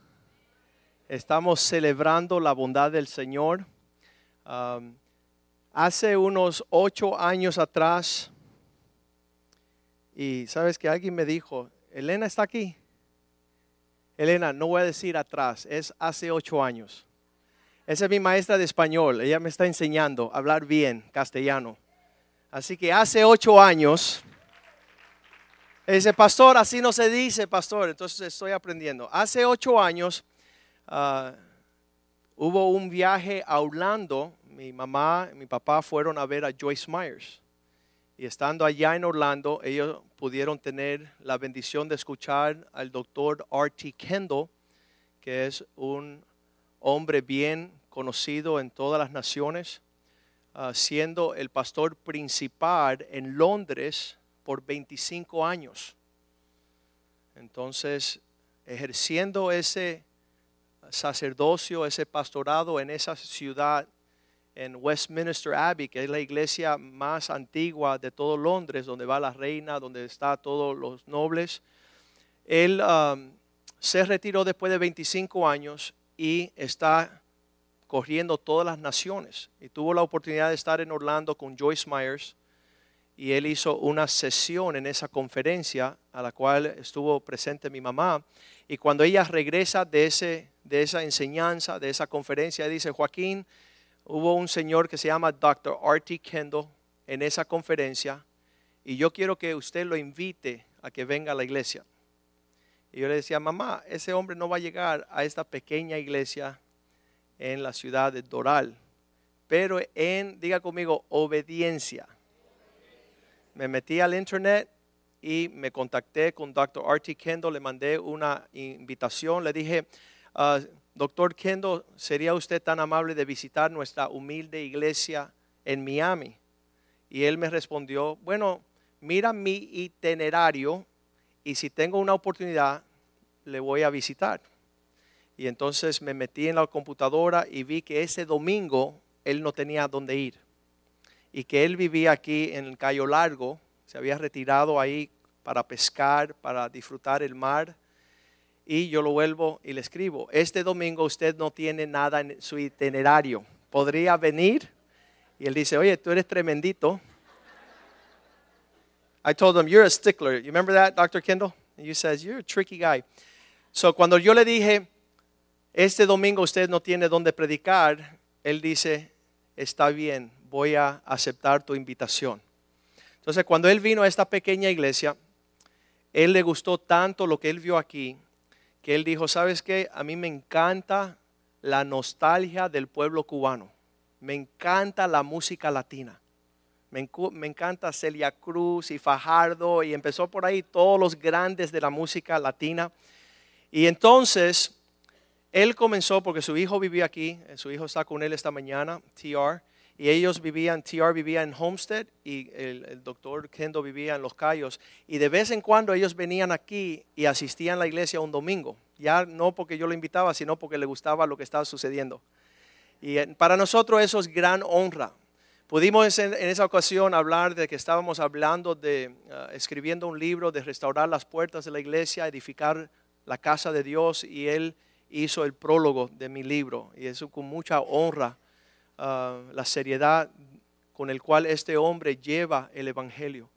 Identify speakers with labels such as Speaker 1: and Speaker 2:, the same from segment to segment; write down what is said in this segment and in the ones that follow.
Speaker 1: Estamos celebrando la bondad del Señor. Am, hace unos ocho años atrás, y sabes que alguien me dijo, Elena está aquí. Elena, no voy a decir atrás, es hace ocho años. Esa es mi maestra de español, ella me está enseñando a hablar bien castellano. Así que hace ocho años, ella dice, pastor, así no se dice, pastor. Entonces estoy aprendiendo. Hace ocho años ah, hubo un viaje a Orlando. Mi mamá y mi papá fueron a ver a Joyce Myers. Y estando allá en Orlando, ellos pudieron tener la bendición de escuchar al doctor R.T. Kendall, que es un hombre bien conocido en todas las naciones ah, siendo el pastor principal en Londres por 25 años. Entonces, ejerciendo ese sacerdocio, ese pastorado en esa ciudad, en Westminster Abbey, que es la iglesia más antigua de todo Londres, donde va la reina, donde está todos los nobles, él um, se retiró después de 25 años y está corriendo todas las naciones. Y tuvo la oportunidad de estar en Orlando con Joyce Myers y él hizo una sesión en esa conferencia a la cual estuvo presente mi mamá. Y cuando ella regresa de, ese, de esa enseñanza, de esa conferencia, dice, Joaquín, hubo un señor que se llama Dr. R.T. Kendall en esa conferencia y yo quiero que usted lo invite a que venga a la iglesia. Y yo le decía, mamá, ese hombre no va a llegar a esta pequeña iglesia en la ciudad de Doral, pero en, diga conmigo, obediencia. Me metí al internet y me contacté con Dr. R.T. Kendall, le mandé una invitación, le dije, "Ah, doctor Kendall, ¿sería usted tan amable de visitar nuestra humilde iglesia en Miami? Y él me respondió, bueno, mira mi itinerario y si tengo una oportunidad, le voy a visitar. Y entonces me metí en la computadora y vi que ese domingo él no tenía dónde ir. Y que él vivía aquí en el Cayo Largo, se había retirado ahí para pescar, para disfrutar el mar. Y yo lo vuelvo y le escribo, este domingo usted no tiene nada en su itinerario, ¿podría venir? Y él dice, oye, tú eres tremendito. I told him, you're a stickler. You remember that, Dr. Kendall? And you says, you're a tricky guy. So cuando yo le dije, este domingo usted no tiene dónde predicar, él dice, está bien, voy a aceptar tu invitación. Entonces cuando él vino a esta pequeña iglesia, él le gustó tanto lo que él vio aquí, que él dijo, ¿sabes qué? A mí me encanta la nostalgia del pueblo cubano. Me encanta la música latina. Me, encu- me encanta Celia Cruz y Fajardo y empezó por ahí todos los grandes de la música latina. Y entonces él comenzó porque su hijo vivía aquí, eh, su hijo está con él esta mañana, TR, y ellos vivían, TR vivía en Homestead y el, el doctor Kendo vivía en Los Cayos, y de vez en cuando ellos venían aquí y asistían a la iglesia un domingo, ya no porque yo lo invitaba, sino porque le gustaba lo que estaba sucediendo. Y eh, para nosotros eso es gran honra. Pudimos en, en esa ocasión hablar de que estábamos hablando de eh, escribiendo un libro de restaurar las puertas de la iglesia, edificar la casa de Dios y él hizo el prólogo de mi libro y eso con mucha honra ah, la seriedad con el cual este hombre lleva el evangelio.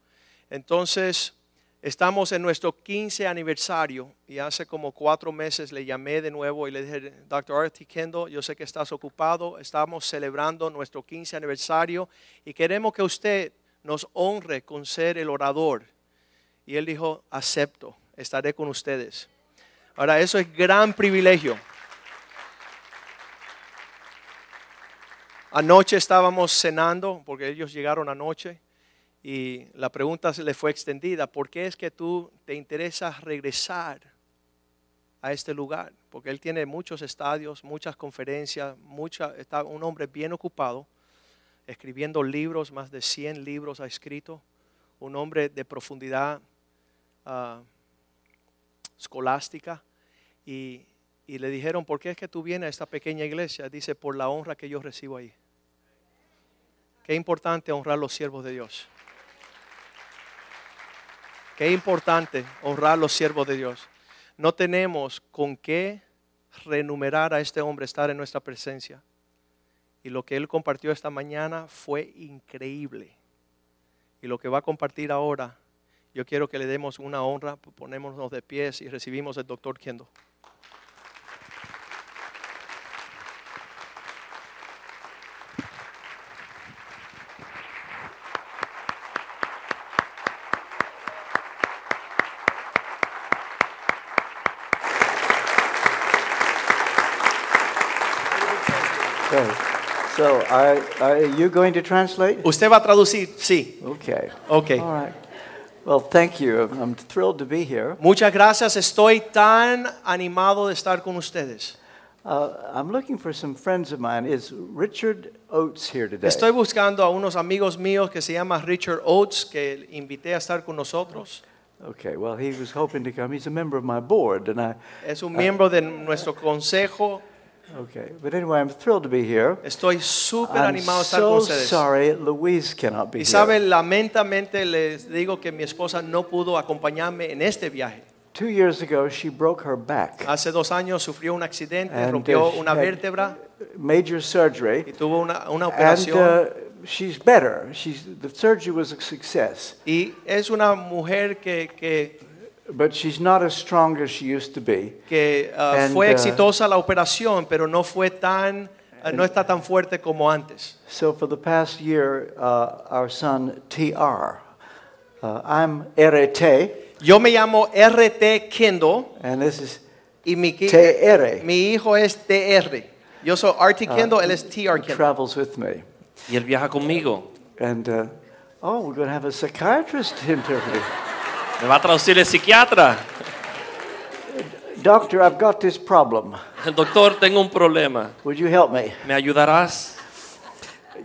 Speaker 1: Entonces estamos en nuestro 15 aniversario y hace como cuatro meses le llamé de nuevo y le dije, Dr. Artie Kendall, yo sé que estás ocupado, estamos celebrando nuestro 15 aniversario y queremos que usted nos honre con ser el orador. Y él dijo, acepto, estaré con ustedes. Ahora, eso es gran privilegio. Anoche estábamos cenando, porque ellos llegaron anoche, y la pregunta se le fue extendida, ¿por qué es que tú te interesas regresar a este lugar, porque él tiene muchos estadios, muchas conferencias, mucha, está un hombre bien ocupado, escribiendo libros, más de 100 libros ha escrito, un hombre de profundidad ah, escolástica, y, y le dijeron, ¿por qué es que tú vienes a esta pequeña iglesia? Dice, por la honra que yo recibo ahí. Qué importante honrar los siervos de Dios. Qué importante honrar los siervos de Dios. No tenemos con qué renumerar a este hombre estar en nuestra presencia. Y lo que él compartió esta mañana fue increíble. Y lo que va a compartir ahora, yo quiero que le demos una honra, ponémonos de pies y recibimos el doctor Kendo.
Speaker 2: So, so are, are you going to translate?
Speaker 1: ¿Usted va a traducir? Sí.
Speaker 2: Okay.
Speaker 1: Ok.
Speaker 2: All right. Well, thank you. I'm thrilled to be here.
Speaker 1: Muchas gracias. Estoy tan animado de estar con ustedes.
Speaker 2: Uh, I'm looking for some friends of mine. Is Richard Oates here today?
Speaker 1: Estoy buscando a unos amigos míos que se llama Richard Oates, que invité a estar con nosotros.
Speaker 2: Okay. Well, he was hoping to come. He's a member of my board, and I.
Speaker 1: Es un miembro de nuestro consejo.
Speaker 2: Okay. But anyway, I'm thrilled to be here.
Speaker 1: Estoy súper
Speaker 2: I'm
Speaker 1: animado de estar con
Speaker 2: so
Speaker 1: ustedes.
Speaker 2: sorry, Louise cannot be
Speaker 1: Y
Speaker 2: here.
Speaker 1: sabe, lamentamente les digo que mi esposa no pudo acompañarme en este viaje.
Speaker 2: Two years ago, she broke her back.
Speaker 1: Hace dos años sufrió un accidente,
Speaker 2: And, uh,
Speaker 1: rompió
Speaker 2: she
Speaker 1: una
Speaker 2: had
Speaker 1: vértebra
Speaker 2: Major surgery.
Speaker 1: y tuvo una, una
Speaker 2: And
Speaker 1: operación.
Speaker 2: uh, she's better. She's, the surgery was a success,
Speaker 1: y es una mujer que, que,
Speaker 2: but she's not as strong as she used to be.
Speaker 1: que uh,
Speaker 2: And,
Speaker 1: fue
Speaker 2: uh,
Speaker 1: exitosa la operación, pero no fue tan, uh, no está tan fuerte como antes.
Speaker 2: So for the past year, uh, our son TR, uh, I'm Erete,
Speaker 1: Yo me llamo RT Kendall
Speaker 2: and this is
Speaker 1: y mi, qui-
Speaker 2: TR.
Speaker 1: mi hijo es TR. Yo soy RT Kendall, él es TR Kendall.
Speaker 2: travels with me.
Speaker 3: Y él viaja conmigo.
Speaker 2: And uh, oh, we're going to have a psychiatrist interview.
Speaker 3: Me va a traducir el psiquiatra.
Speaker 2: Doctor, I've got this problem.
Speaker 3: Doctor, tengo un problema.
Speaker 2: Would you help me?
Speaker 3: ¿Me ayudarás?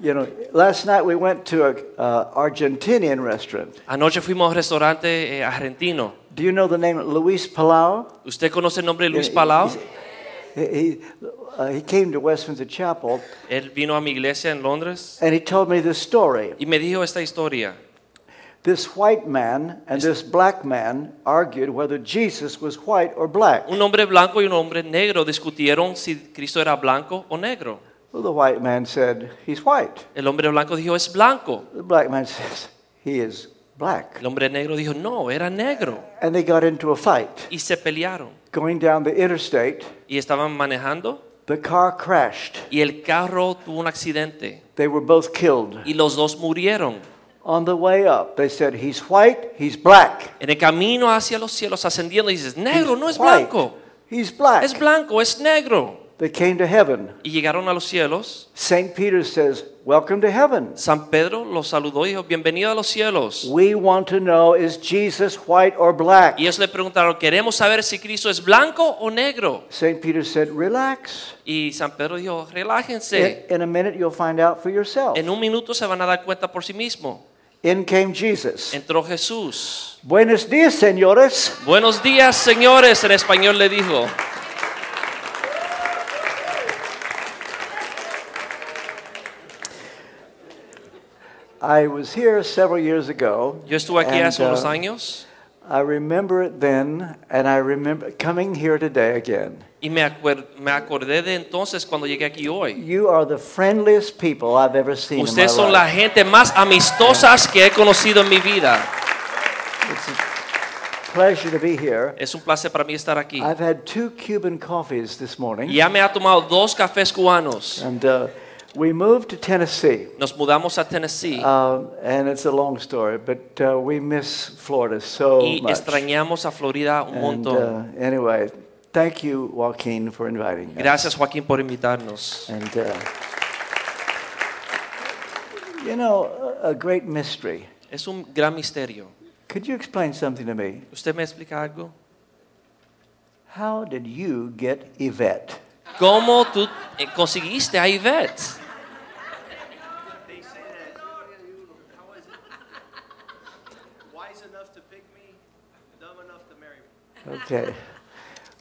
Speaker 2: You know, last night we went to a uh, Argentinian restaurant.
Speaker 3: Anoche fuimos a un restaurante eh, argentino.
Speaker 2: Do you know the name Luis Palau?
Speaker 3: ¿Usted conoce el nombre de Luis
Speaker 2: Yeah,
Speaker 3: Palau?
Speaker 2: he's- He, he, uh, he came to Westminster Chapel
Speaker 3: Él vino a mi iglesia en Londres
Speaker 2: and he told me this story.
Speaker 3: y me dijo esta historia.
Speaker 2: This white man and this black man argued whether Jesus was white or black.
Speaker 3: Un hombre blanco y un hombre negro discutieron si Cristo era blanco o negro.
Speaker 2: Well, the white man said, He's white.
Speaker 3: El hombre blanco dijo, es blanco.
Speaker 2: The black man says, He is black.
Speaker 3: El hombre negro dijo, no, era negro.
Speaker 2: And they got into a fight.
Speaker 3: Y se pelearon.
Speaker 2: Going down the interstate,
Speaker 3: Y estaban manejando
Speaker 2: the car crashed.
Speaker 3: y el carro tuvo un accidente.
Speaker 2: They were both killed.
Speaker 3: Y los dos murieron.
Speaker 2: On the way up, they said, He's white, he's black.
Speaker 3: En el camino hacia los cielos ascendiendo dices, negro
Speaker 2: He's
Speaker 3: no es
Speaker 2: white,
Speaker 3: blanco,
Speaker 2: He's black.
Speaker 3: es blanco, es negro.
Speaker 2: They came to heaven.
Speaker 3: Y llegaron a los cielos,
Speaker 2: St. Peter says, Welcome to heaven.
Speaker 3: San Pedro los saludó y dijo, bienvenido a los cielos.
Speaker 2: We want to know is Jesus white or black?
Speaker 3: Y ellos le preguntaron, queremos saber si Cristo es blanco o negro.
Speaker 2: St. Peter said, Relax.
Speaker 3: Y San Pedro dijo,
Speaker 2: In,
Speaker 3: relájense,
Speaker 2: in a minute, you'll find out for yourself.
Speaker 3: en un minuto se van a dar cuenta por sí mismo.
Speaker 2: In came Jesus.
Speaker 3: Entró Jesús.
Speaker 2: Buenos dias, señores.
Speaker 3: Buenos días, señores, en español le dijo.
Speaker 2: I was here several years ago.
Speaker 3: Yo estuve aquí
Speaker 2: and,
Speaker 3: hace unos
Speaker 2: uh,
Speaker 3: años
Speaker 2: I remember it then, and I remember coming here today again.
Speaker 3: y me, acuer- me acordé de entonces cuando llegué aquí hoy.
Speaker 2: You are the friendliest people I've ever seen. in my
Speaker 3: Ustedes son la
Speaker 2: life.
Speaker 3: gente más amistosas que he conocido en mi vida.
Speaker 2: It's a pleasure to be here.
Speaker 3: Es un placer para mí estar aquí.
Speaker 2: I've had two Cuban coffees this morning,
Speaker 3: Ya me ha tomado dos cafés cubanos.
Speaker 2: and uh, we moved to Tennessee.
Speaker 3: Nos mudamos a Tennessee
Speaker 2: Um, and it's a long story, but uh, we miss Florida so
Speaker 3: y
Speaker 2: much.
Speaker 3: extrañamos a Florida un
Speaker 2: Oh, and,
Speaker 3: montón.
Speaker 2: uh, anyway, thank you, Joaquin, for inviting us.
Speaker 3: Gracias Joaquín por invitarnos.
Speaker 2: And uh, you know, a a great mystery.
Speaker 3: Es un gran misterio.
Speaker 2: Could you explain something to me?
Speaker 3: ¿Usted me explica algo?
Speaker 2: How did you get Yvette?
Speaker 3: ¿Cómo tú eh, conseguiste a Yvette?
Speaker 1: Wise enough to pick me, dumb enough to marry me.
Speaker 2: Okay.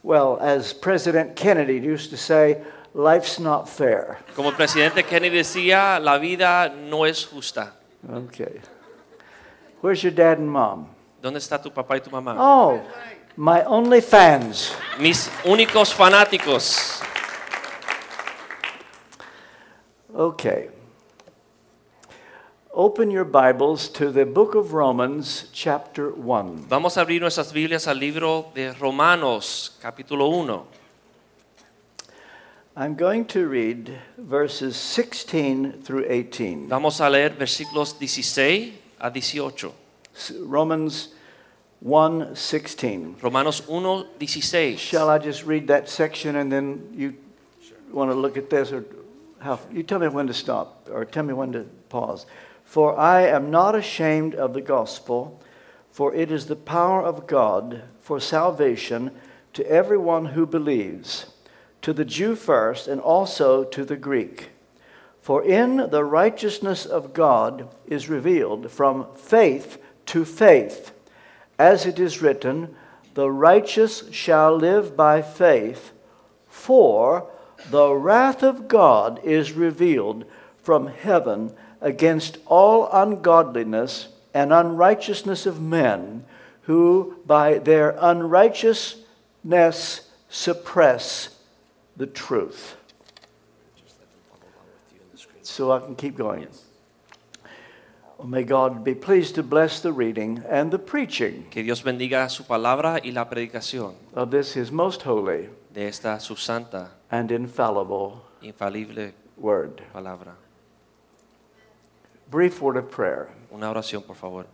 Speaker 2: Well, as President Kennedy used to say, life's not fair.
Speaker 3: Como el presidente Kennedy decía, la vida no es justa.
Speaker 2: Okay. Where's your dad and mom?
Speaker 3: ¿Dónde está tu papá y tu mamá?
Speaker 2: Oh, my only fans.
Speaker 3: Mis únicos fanáticos.
Speaker 2: Okay. Open your Bibles to the book of Romans, chapter 1.
Speaker 3: Vamos a abrir nuestras Biblias al libro de Romanos, capítulo 1.
Speaker 2: I'm going to read verses 16 through 18.
Speaker 3: Vamos a leer versículos 16 a 18.
Speaker 2: S- Romans 1 16.
Speaker 3: Romanos 1, 16.
Speaker 2: Shall I just read that section and then you want to look at this or how? You tell me when to stop or tell me when to pause. For I am not ashamed of the gospel, for it is the power of God for salvation to everyone who believes, to the Jew first and also to the Greek. For in the righteousness of God is revealed from faith to faith. As it is written, the righteous shall live by faith, for the wrath of God is revealed from heaven against all ungodliness and unrighteousness of men, who by their unrighteousness suppress the truth. So I can keep going. May God be pleased to bless the reading and the preaching
Speaker 3: Que Dios bendiga su palabra y la predicación
Speaker 2: of this his most holy
Speaker 3: de esta su santa,
Speaker 2: and infallible
Speaker 3: infalible
Speaker 2: word.
Speaker 3: palabra.
Speaker 2: Brief word of prayer.
Speaker 3: Una oración, por favor.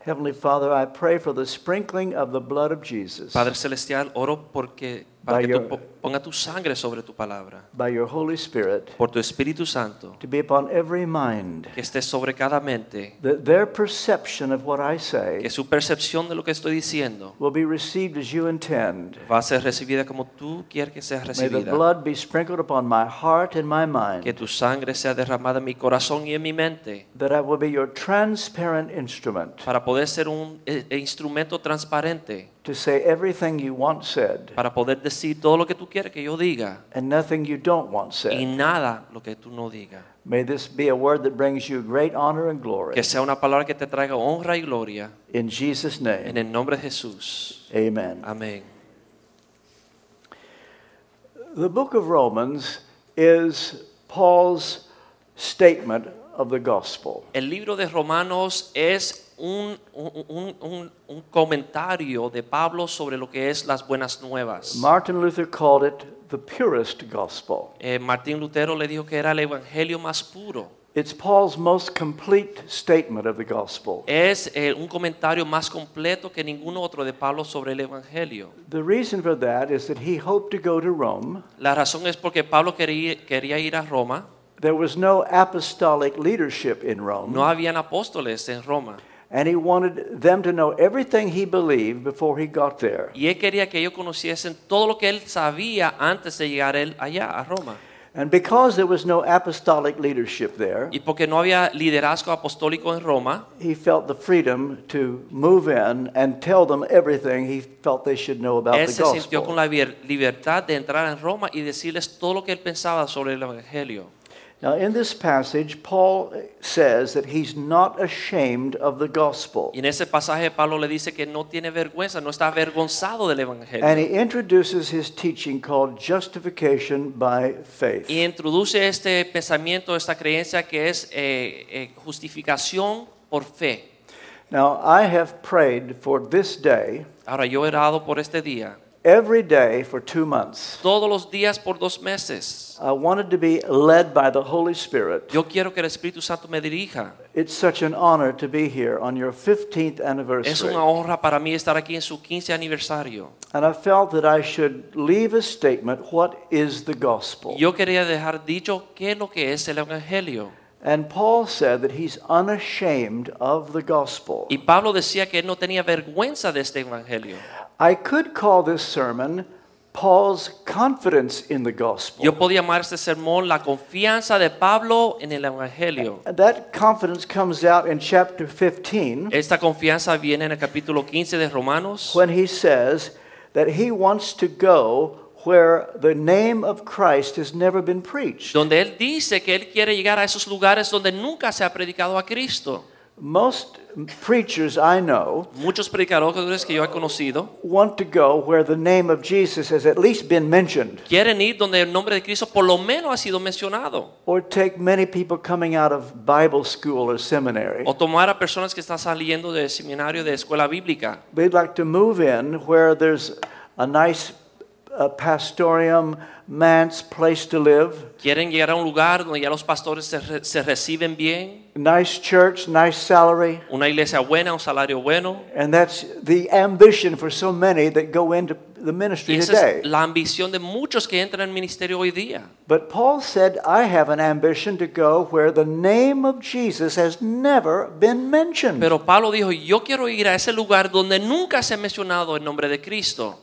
Speaker 2: Heavenly Father, I pray for the sprinkling of the blood of Jesus
Speaker 3: Padre Celestial, oro porque, para
Speaker 2: By
Speaker 3: que
Speaker 2: your-
Speaker 3: tú po- ponga tu sangre sobre tu palabra,
Speaker 2: by your Holy Spirit
Speaker 3: por tu Espíritu Santo,
Speaker 2: to be upon every mind,
Speaker 3: que esté sobre cada mente,
Speaker 2: that their perception of what I
Speaker 3: que
Speaker 2: say
Speaker 3: su percepción de lo que estoy diciendo
Speaker 2: will be received as you intend.
Speaker 3: va a ser recibida como tú quieres que sea
Speaker 2: May the
Speaker 3: recibida.
Speaker 2: blood be sprinkled upon my heart and my
Speaker 3: Que
Speaker 2: mind,
Speaker 3: tu sangre sea derramada en mi corazón y en mi mente
Speaker 2: that I will be your transparent instrument
Speaker 3: para poder ser un eh, eh, instrumento transparente,
Speaker 2: to say everything you want said
Speaker 3: para poder decir todo lo que tú quieres que yo diga
Speaker 2: and nothing you don't want
Speaker 3: y
Speaker 2: said.
Speaker 3: nada lo que tú no digas.
Speaker 2: May this be a word that brings you great honor and glory.
Speaker 3: Que sea una palabra que te traiga honra y gloria
Speaker 2: In Jesus'
Speaker 3: en
Speaker 2: name,
Speaker 3: el nombre de Jesús.
Speaker 2: amen.
Speaker 3: Amén.
Speaker 2: The book of Romans is Paul's statement of the gospel.
Speaker 3: El libro de Romanos es un, un- un- un- un comentario de Pablo sobre lo que es las buenas nuevas.
Speaker 2: Martin Luther called it the purest gospel.
Speaker 3: Eh, Martín Lutero le dijo que era el evangelio más puro.
Speaker 2: It's Paul's most complete statement of the gospel.
Speaker 3: Es eh, un comentario más completo que ningún otro de Pablo sobre el evangelio.
Speaker 2: The reason for that is that he hoped to go to Rome.
Speaker 3: La razón es porque Pablo quería, quería ir a Roma.
Speaker 2: There was no apostolic leadership in
Speaker 3: No
Speaker 2: Rome,
Speaker 3: habían apóstoles en Roma.
Speaker 2: and he wanted them to know everything he believed before he got there.
Speaker 3: Y él quería que ellos conociesen todo lo que él sabía antes de llegar él allá a Roma.
Speaker 2: And because there was no apostolic leadership there,
Speaker 3: Y porque no había liderazgo apostólico en Roma,
Speaker 2: he felt the freedom to move in and tell them everything he felt they should know about
Speaker 3: él
Speaker 2: the
Speaker 3: se sintió
Speaker 2: gospel.
Speaker 3: con la liber- libertad de entrar en Roma y decirles todo lo que él pensaba sobre el Evangelio.
Speaker 2: Now, in this passage, Paul says that he's not ashamed of the gospel.
Speaker 3: Y en ese pasaje Pablo le dice que no tiene vergüenza, no está avergonzado del Evangelio.
Speaker 2: And he introduces his teaching called justification by faith.
Speaker 3: y introduce este pensamiento, esta creencia que es eh, eh, justificación por fe.
Speaker 2: Now, I have prayed for this day
Speaker 3: Ahora yo he orado por este día,
Speaker 2: every day for two months.
Speaker 3: todos los días por dos meses.
Speaker 2: I wanted to be led by the Holy Spirit.
Speaker 3: Yo quiero que el Espíritu Santo me dirija.
Speaker 2: It's such an honor to be here on your 15th
Speaker 3: Es
Speaker 2: anniversary.
Speaker 3: una honra para mí estar aquí en su 15 aniversario.
Speaker 2: And I felt that I should leave a statement what is the gospel?
Speaker 3: Yo quería dejar dicho qué es lo que es el Evangelio.
Speaker 2: And Paul said that he's unashamed of the gospel.
Speaker 3: Y Pablo decía que él no tenía vergüenza de este Evangelio.
Speaker 2: I could call this sermon Paul's confidence in the gospel.
Speaker 3: Yo podía llamar este sermón la confianza de Pablo en el Evangelio.
Speaker 2: That confidence comes out in chapter 15
Speaker 3: Esta confianza viene en el capítulo 15 de Romanos,
Speaker 2: when he says that he wants to go where the name of Christ has never been preached.
Speaker 3: donde él dice que él quiere llegar a esos lugares donde nunca se ha predicado a Cristo.
Speaker 2: Most preachers I know
Speaker 3: Muchos predicadores que yo he conocido
Speaker 2: want to go where the name of Jesus has at least been mentioned
Speaker 3: quieren ir donde el nombre de Cristo por lo menos ha sido mencionado.
Speaker 2: or take many people coming out of Bible school or seminary.
Speaker 3: O tomar a personas que están saliendo del seminario de escuela bíblica.
Speaker 2: They'd like to move in where there's a nice uh, pastorium, manse place to live,
Speaker 3: Quieren llegar a un lugar donde ya los pastores se, re- se reciben bien,
Speaker 2: nice church, nice salary.
Speaker 3: una iglesia buena, un salario bueno.
Speaker 2: And that's the ambition for so many that go into the
Speaker 3: Y
Speaker 2: ministry
Speaker 3: esa
Speaker 2: today.
Speaker 3: es la ambición de muchos que entran al ministerio hoy día.
Speaker 2: But Paul said, I have an ambition to go where the name of Jesus has never been mentioned.
Speaker 3: Pero Pablo dijo, yo quiero ir a ese lugar donde nunca se ha mencionado el nombre de Cristo.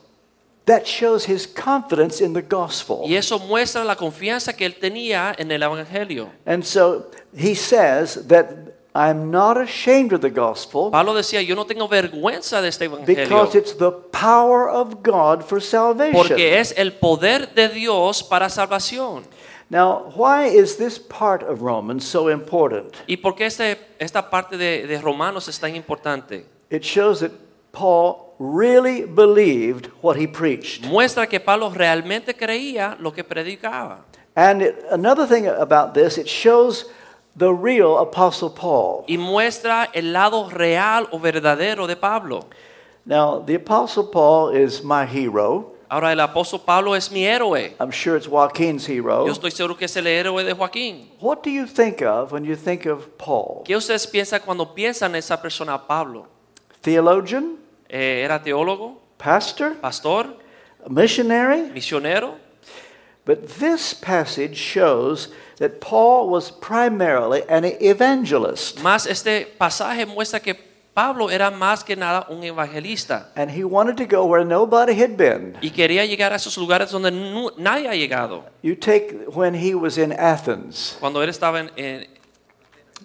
Speaker 2: that shows his confidence in the gospel.
Speaker 3: Y eso muestra la confianza que él tenía en el Evangelio.
Speaker 2: And so he says that I'm not ashamed of the gospel
Speaker 3: Pablo decía, yo no tengo vergüenza de este Evangelio.
Speaker 2: because it's the power of God for salvation.
Speaker 3: Porque es el poder de Dios para salvación.
Speaker 2: Now, why is this part of Romans so important?
Speaker 3: ¿Y por qué este- esta parte de, de Romanos es tan importante?
Speaker 2: It shows that Paul really believed what he preached.
Speaker 3: Muestra que Pablo realmente creía lo que predicaba.
Speaker 2: And it, another thing about this, it shows the real Apostle Paul.
Speaker 3: Y muestra el lado real o verdadero de Pablo.
Speaker 2: Now, the Apostle Paul is my hero.
Speaker 3: Ahora el apóstol Pablo es mi héroe.
Speaker 2: I'm sure it's Joaquin's hero.
Speaker 3: Yo estoy seguro que es el héroe de Joaquín.
Speaker 2: What do you think of when you think of Paul?
Speaker 3: ¿Qué ustedes piensan cuando piensan en esa persona, Pablo?
Speaker 2: Theologian?
Speaker 3: Eh, ¿Era teólogo,
Speaker 2: Pastor?
Speaker 3: pastor,
Speaker 2: Missionary?
Speaker 3: misionero?
Speaker 2: But this passage shows that Paul was primarily an evangelist.
Speaker 3: Más este pasaje muestra que Pablo era más que nada un evangelista.
Speaker 2: And he wanted to go where nobody had been.
Speaker 3: y quería llegar a esos lugares donde nu- nadie ha llegado.
Speaker 2: You take when he was in Athens,
Speaker 3: Cuando él estaba en, en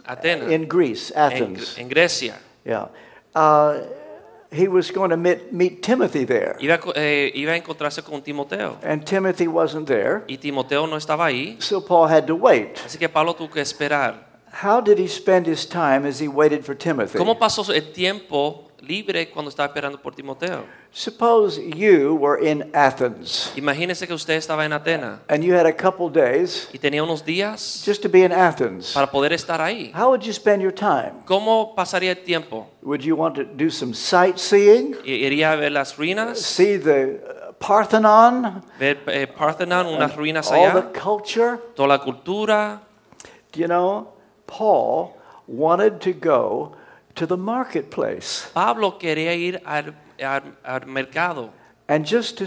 Speaker 3: Atenas,
Speaker 2: in Greece,
Speaker 3: en,
Speaker 2: Athens.
Speaker 3: en Grecia,
Speaker 2: Yeah. Uh, he was going to meet, meet Timothy there.
Speaker 3: iba a, co- eh, iba a encontrarse con Timoteo
Speaker 2: And Timothy wasn't there.
Speaker 3: y Timoteo no estaba ahí,
Speaker 2: So Paul had to wait.
Speaker 3: así que Pablo tuvo que esperar.
Speaker 2: How did he spend his time as he waited for Timothy?
Speaker 3: ¿Cómo pasó el tiempo libre cuando estaba esperando por Timoteo?
Speaker 2: Suppose you were in Athens
Speaker 3: Imagínese que usted estaba en Atenas
Speaker 2: and you had a couple days
Speaker 3: y tenía unos días
Speaker 2: just to be in Athens.
Speaker 3: para poder estar ahí.
Speaker 2: How would you spend your time?
Speaker 3: ¿Cómo pasaría el tiempo?
Speaker 2: Would you want to do some sightseeing?
Speaker 3: I- ¿Iría a ver las ruinas?
Speaker 2: See the uh, Parthenon?
Speaker 3: ¿Ver eh, Parthenon, unas ruinas
Speaker 2: All the
Speaker 3: allá?
Speaker 2: culture?
Speaker 3: ¿Toda la cultura?
Speaker 2: Do you know, Paul wanted to go to the marketplace
Speaker 3: Pablo quería ir al, al- al mercado,
Speaker 2: and just to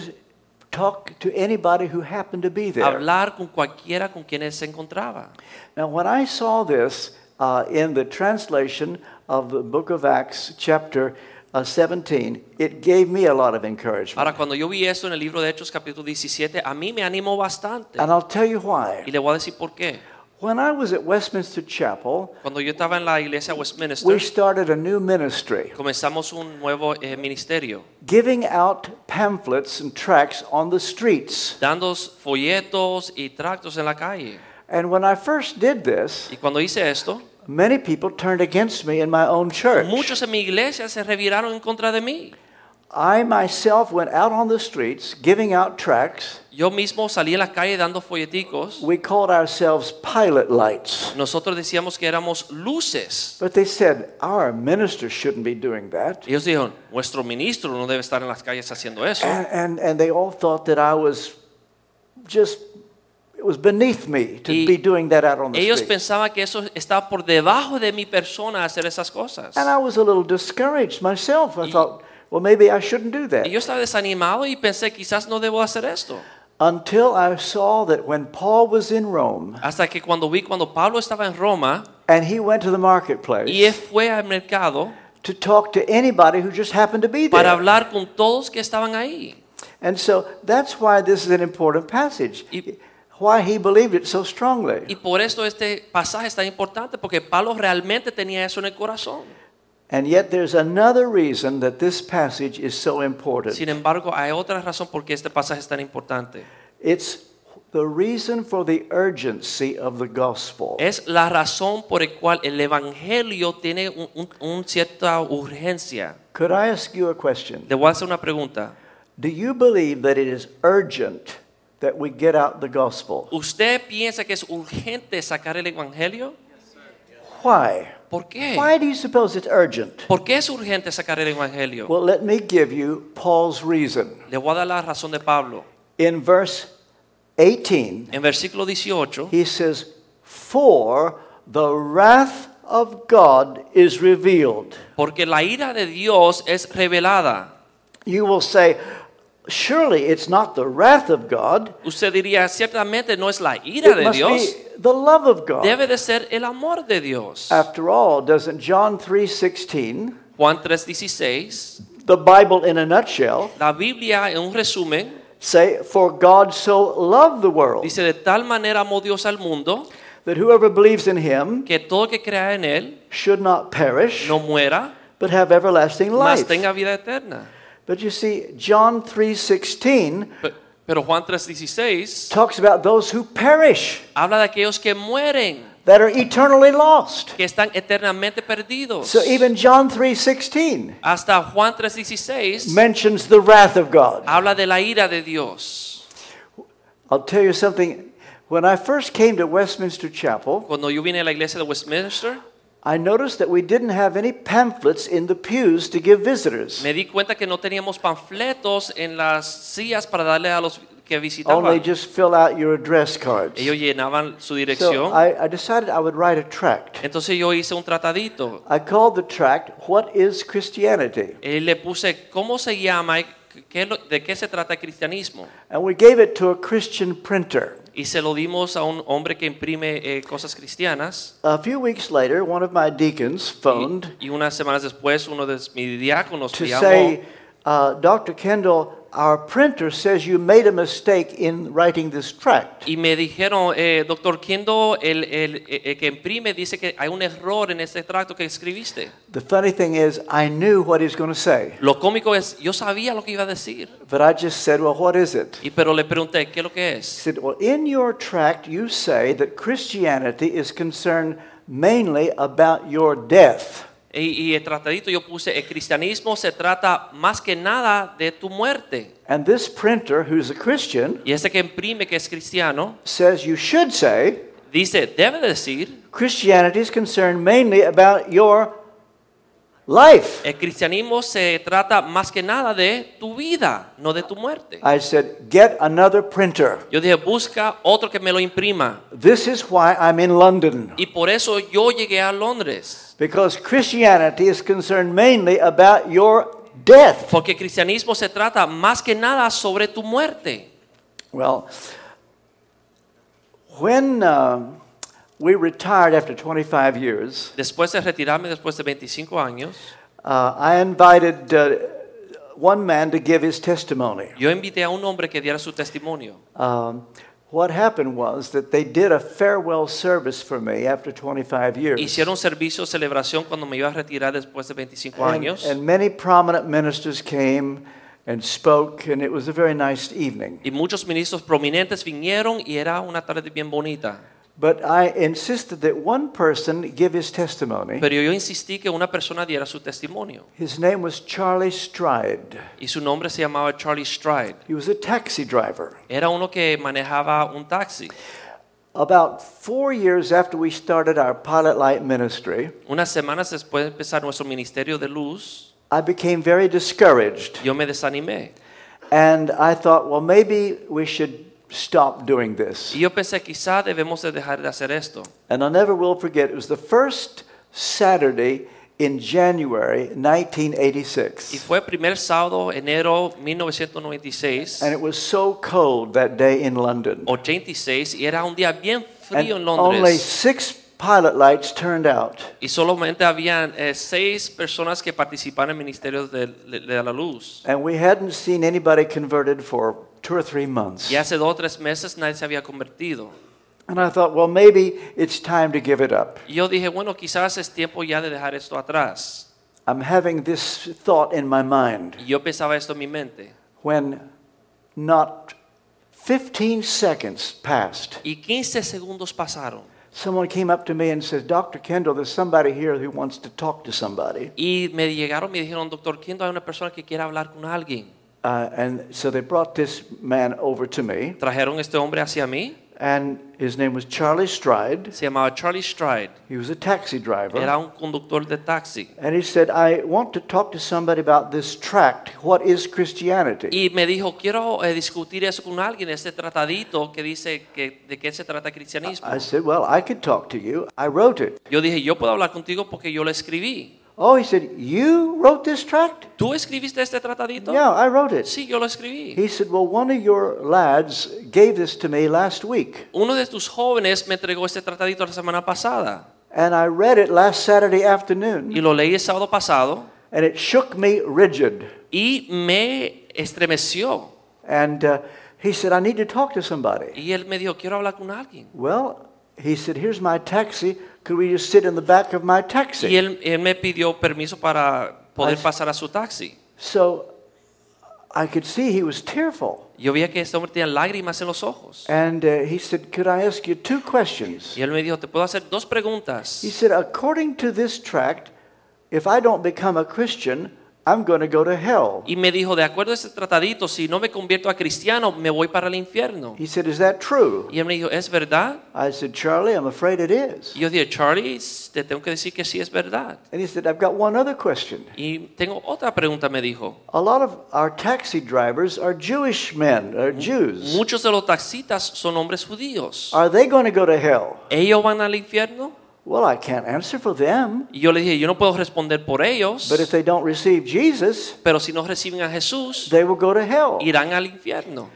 Speaker 2: talk to anybody who happened to be there.
Speaker 3: hablar con cualquiera con quien él se encontraba.
Speaker 2: Now, when I saw this uh, in the translation of the book of Acts, chapter uh, 17, it gave me a lot of encouragement.
Speaker 3: Ahora, cuando yo vi esto en el libro de Hechos capítulo 17, a mí me animó bastante.
Speaker 2: And I'll tell you
Speaker 3: Y
Speaker 2: why.
Speaker 3: le voy a decir por qué.
Speaker 2: When I was at Westminster Chapel,
Speaker 3: Cuando yo estaba en la iglesia
Speaker 2: we
Speaker 3: Westminster,
Speaker 2: started a new ministry,
Speaker 3: comenzamos un nuevo eh, ministerio,
Speaker 2: giving out pamphlets and tracts on the streets.
Speaker 3: dando folletos y tractos en la calle.
Speaker 2: And when I first did this,
Speaker 3: Y cuando hice esto,
Speaker 2: many people turned against me in my own church.
Speaker 3: muchos en mi iglesia se reviraron en contra de mí.
Speaker 2: I myself went out on the streets giving out tracts.
Speaker 3: Yo mismo salí a la calle dando folleticos.
Speaker 2: We called ourselves pilot lights.
Speaker 3: Nosotros decíamos que éramos luces.
Speaker 2: But they said, our minister shouldn't be doing that.
Speaker 3: Ellos dijeron, nuestro ministro no debe estar en las calles haciendo eso.
Speaker 2: And, and, and they all thought that I was just, it was beneath me to
Speaker 3: Y
Speaker 2: be doing that out on the
Speaker 3: Ellos
Speaker 2: street.
Speaker 3: pensaban que eso estaba por debajo de mi persona hacer esas cosas.
Speaker 2: And I was a little discouraged myself. I thought, well, maybe I shouldn't do that.
Speaker 3: Y yo estaba desanimado y pensé, quizás no debo hacer esto.
Speaker 2: Until I saw that when Paul was in Rome
Speaker 3: Hasta que cuando vi cuando Pablo estaba en Roma
Speaker 2: and he went to the marketplace,
Speaker 3: y él fue al mercado,
Speaker 2: to talk to anybody who just happened to be
Speaker 3: para
Speaker 2: there.
Speaker 3: hablar con todos que estaban ahí.
Speaker 2: And so that's why this is an important passage.
Speaker 3: Y-
Speaker 2: Why he believed it so strongly.
Speaker 3: Y por esto este pasaje es tan importante, porque Pablo realmente tenía eso en el corazón.
Speaker 2: And yet there's another reason that this passage is so important.
Speaker 3: Sin embargo, hay otra razón por qué este pasaje es tan importante.
Speaker 2: It's the reason for the urgency of the gospel.
Speaker 3: Es la razón por la cual el Evangelio tiene una cierta urgencia.
Speaker 2: Could I ask you a question?
Speaker 3: Te voy a hacer una pregunta.
Speaker 2: Do you believe that it is urgent that we get out the gospel?
Speaker 3: ¿Usted piensa que es urgente sacar el Evangelio?
Speaker 2: Why?
Speaker 3: ¿Por qué?
Speaker 2: Why do you suppose it's urgent?
Speaker 3: ¿Por qué es urgente sacar el Evangelio?
Speaker 2: Well, let me give you Paul's reason.
Speaker 3: Le voy a dar la razón de Pablo.
Speaker 2: In verse 18,
Speaker 3: En versículo 18,
Speaker 2: he says, For the wrath of God is revealed.
Speaker 3: porque la ira de Dios es revelada.
Speaker 2: You will say, Surely it's not the wrath of God,
Speaker 3: Usted diría, ciertamente no es la ira
Speaker 2: it
Speaker 3: de
Speaker 2: must
Speaker 3: Dios,
Speaker 2: be the love of God.
Speaker 3: debe de ser el amor de Dios.
Speaker 2: After all, doesn't John 3:16,
Speaker 3: Juan 3:16,
Speaker 2: the Bible in a nutshell,
Speaker 3: la Biblia en un resumen
Speaker 2: say, "For God so loved the world
Speaker 3: dice, de tal manera amó Dios al mundo
Speaker 2: that whoever believes in him
Speaker 3: que todo el que crea en Él
Speaker 2: should not perish,
Speaker 3: no muera,
Speaker 2: but have everlasting
Speaker 3: mas
Speaker 2: life."
Speaker 3: tenga vida eterna.
Speaker 2: But you see, John 3:16
Speaker 3: Pe- Pero Juan 3:16
Speaker 2: talks about those who perish,
Speaker 3: habla de aquellos que mueren,
Speaker 2: that are eternally lost.
Speaker 3: que están eternamente perdidos.
Speaker 2: So even John 3:16
Speaker 3: Hasta Juan 3:16
Speaker 2: mentions the wrath of God.
Speaker 3: habla de la ira de Dios.
Speaker 2: I'll tell you something. When I first came to Westminster Chapel,
Speaker 3: Cuando yo vine a la iglesia de Westminster,
Speaker 2: I noticed that we didn't have any pamphlets in the pews to give visitors.
Speaker 3: me di cuenta que no teníamos panfletos en las sillas para darle a los que
Speaker 2: Only
Speaker 3: visitaban.
Speaker 2: just fill out your address cards.
Speaker 3: Ellos llenaban
Speaker 2: So
Speaker 3: su dirección.
Speaker 2: I, I decided I would write a tract.
Speaker 3: Entonces yo hice un tratadito.
Speaker 2: I called the tract "What Is Christianity,"
Speaker 3: Y le puse, ¿cómo se llama? y qué es lo- ¿De qué se trata el cristianismo?
Speaker 2: and we gave it to a Christian printer.
Speaker 3: Y se lo dimos a un hombre que imprime eh, cosas cristianas.
Speaker 2: A few weeks later, one of my deacons phoned
Speaker 3: Y, y unas semanas después, uno de mis diáconos
Speaker 2: to
Speaker 3: me llamó
Speaker 2: say, uh, "Dr. Kendall, our printer says you made a mistake in writing this tract."
Speaker 3: y me dijeron, eh, doctor Kendo, el, el- eh, eh, que imprime dice que hay un error en este tracto que escribiste.
Speaker 2: The funny thing is, I knew what he was going to say,
Speaker 3: Lo cómico es, yo sabía lo que iba a decir,
Speaker 2: but I just said, "Well, what is it?"
Speaker 3: y, pero le pregunté, ¿qué es lo que
Speaker 2: He
Speaker 3: es?
Speaker 2: said, Well, in your tract, you say that Christianity is concerned mainly about your death.
Speaker 3: Y, y el tratadito yo puse, el cristianismo se trata más que nada de tu muerte.
Speaker 2: And this printer, who's a Christian,
Speaker 3: Y ese que imprime que es cristiano,
Speaker 2: says you should say
Speaker 3: dice, debe decir,
Speaker 2: Christianity is concerned mainly about your life.
Speaker 3: el cristianismo se trata más que nada de tu vida, no de tu muerte.
Speaker 2: I said, Get another printer.
Speaker 3: Yo dije, busca otro que me lo imprima.
Speaker 2: This is why I'm in London.
Speaker 3: Y por eso yo llegué a Londres.
Speaker 2: Because Christianity is concerned mainly about your death.
Speaker 3: Porque el cristianismo se trata más que nada sobre tu muerte.
Speaker 2: Well, when uh, we retired after 25 years,
Speaker 3: Después de retirarme, después de 25 años,
Speaker 2: Uh, I invited uh, one man to give his testimony.
Speaker 3: yo invité a un hombre que diera su testimonio.
Speaker 2: Um, what happened was that they did a farewell service for me after 25 years.
Speaker 3: Hicieron servicio, celebración cuando me iba a retirar después de 25
Speaker 2: and,
Speaker 3: años.
Speaker 2: and many prominent ministers came and spoke, and it was a very nice evening.
Speaker 3: Y muchos ministros prominentes vinieron y era una tarde bien bonita.
Speaker 2: But I insisted that one person give his testimony.
Speaker 3: Pero yo insistí que una persona diera su testimonio.
Speaker 2: His name was Charlie Stride.
Speaker 3: Y su nombre se llamaba Charlie Stride.
Speaker 2: He was a taxi driver.
Speaker 3: Era uno que manejaba un taxi.
Speaker 2: About four years after we started our Pilot Light ministry,
Speaker 3: Unas semanas después de empezar nuestro ministerio de luz,
Speaker 2: I became very discouraged.
Speaker 3: yo me desanimé.
Speaker 2: And I thought, well, maybe we should stop doing this.
Speaker 3: Y yo pensé, quizá debemos de dejar de hacer esto.
Speaker 2: And I never will forget, it was the first Saturday in January
Speaker 3: Y
Speaker 2: 1986.
Speaker 3: fue el primer sábado, enero
Speaker 2: And
Speaker 3: 1996,
Speaker 2: it was so cold that day in London.
Speaker 3: 86, y era un día bien
Speaker 2: And
Speaker 3: frío en
Speaker 2: only
Speaker 3: Londres.
Speaker 2: six pilot lights turned out.
Speaker 3: Y solamente habían eh, seis personas que participaban en ministerios de, de- de la luz.
Speaker 2: And we hadn't seen anybody converted for two or three months.
Speaker 3: Y hace dos o tres meses nadie se había convertido.
Speaker 2: And I thought, well, maybe it's time to give it up.
Speaker 3: Y yo dije, bueno, quizás es tiempo ya de dejar esto atrás.
Speaker 2: I'm having this thought in my mind
Speaker 3: Y yo pensaba esto en mi mente.
Speaker 2: when not 15 seconds passed.
Speaker 3: Y 15 segundos pasaron.
Speaker 2: Someone came up to me and said, Dr. Kendall, there's somebody here who wants to talk to somebody.
Speaker 3: Y me llegaron y me dijeron, doctor Kindle, hay una persona que quiere hablar con alguien.
Speaker 2: Uh, and so they brought this man over to me,
Speaker 3: Trajeron este hombre hacia mí.
Speaker 2: and his name was Charlie Stride.
Speaker 3: Se llamaba Charlie Stride.
Speaker 2: He was a taxi driver.
Speaker 3: Era un conductor de taxi.
Speaker 2: And he said, I want to talk to somebody about this tract. What is Christianity?
Speaker 3: Y me dijo, quiero eh, discutir eso con alguien, este tratadito que dice que, de qué se trata el cristianismo.
Speaker 2: I said, Well, I could talk to you. I wrote it.
Speaker 3: Yo dije, yo puedo hablar contigo porque yo lo escribí.
Speaker 2: Oh, he said, You wrote this tract?
Speaker 3: ¿Tú escribiste este tratadito?
Speaker 2: Yeah, I wrote it.
Speaker 3: Sí, yo lo escribí.
Speaker 2: He said, Well, one of your lads gave this to me last week.
Speaker 3: Uno de tus jóvenes me entregó este tratadito la semana pasada
Speaker 2: And I read it last Saturday
Speaker 3: y
Speaker 2: afternoon,
Speaker 3: lo leí el sábado pasado
Speaker 2: and it shook me rigid.
Speaker 3: y me estremeció.
Speaker 2: And uh, he said, I need to talk to somebody.
Speaker 3: Y él me dijo, quiero hablar con alguien.
Speaker 2: Well, he said, Here's my taxi. Could we just sit in the back of my
Speaker 3: Y
Speaker 2: taxi?
Speaker 3: él, él me pidió permiso para poder
Speaker 2: Ah,
Speaker 3: pasar a su taxi.
Speaker 2: So I could see he was tearful.
Speaker 3: Yo veía que este hombre tenía lágrimas en los ojos.
Speaker 2: And uh, he said, Could I ask you two questions?
Speaker 3: Y él me dijo, te puedo hacer dos preguntas.
Speaker 2: He said, According to this tract, if I don't become a Christian, I'm going to go to hell.
Speaker 3: Y me dijo, de acuerdo a este tratadito, si no me convierto a cristiano, me voy para el infierno.
Speaker 2: He said, Is that true?
Speaker 3: Y él me dijo, ¿es verdad?
Speaker 2: I said, Charlie, I'm afraid it is.
Speaker 3: Y yo dije, Charlie, te tengo que decir que sí es verdad.
Speaker 2: And he said, I've got one other question.
Speaker 3: Y tengo otra pregunta, me dijo.
Speaker 2: A lot of our taxi drivers are Jewish men, are Jews.
Speaker 3: Muchos de los taxistas son hombres judíos.
Speaker 2: Are they going to go to hell?
Speaker 3: ¿Ellos van al infierno?
Speaker 2: Well, I can't answer for them.
Speaker 3: Y yo le dije, yo no puedo responder por ellos,
Speaker 2: But if they don't receive Jesus,
Speaker 3: pero si no reciben a Jesús,
Speaker 2: they will go to hell.
Speaker 3: irán al infierno.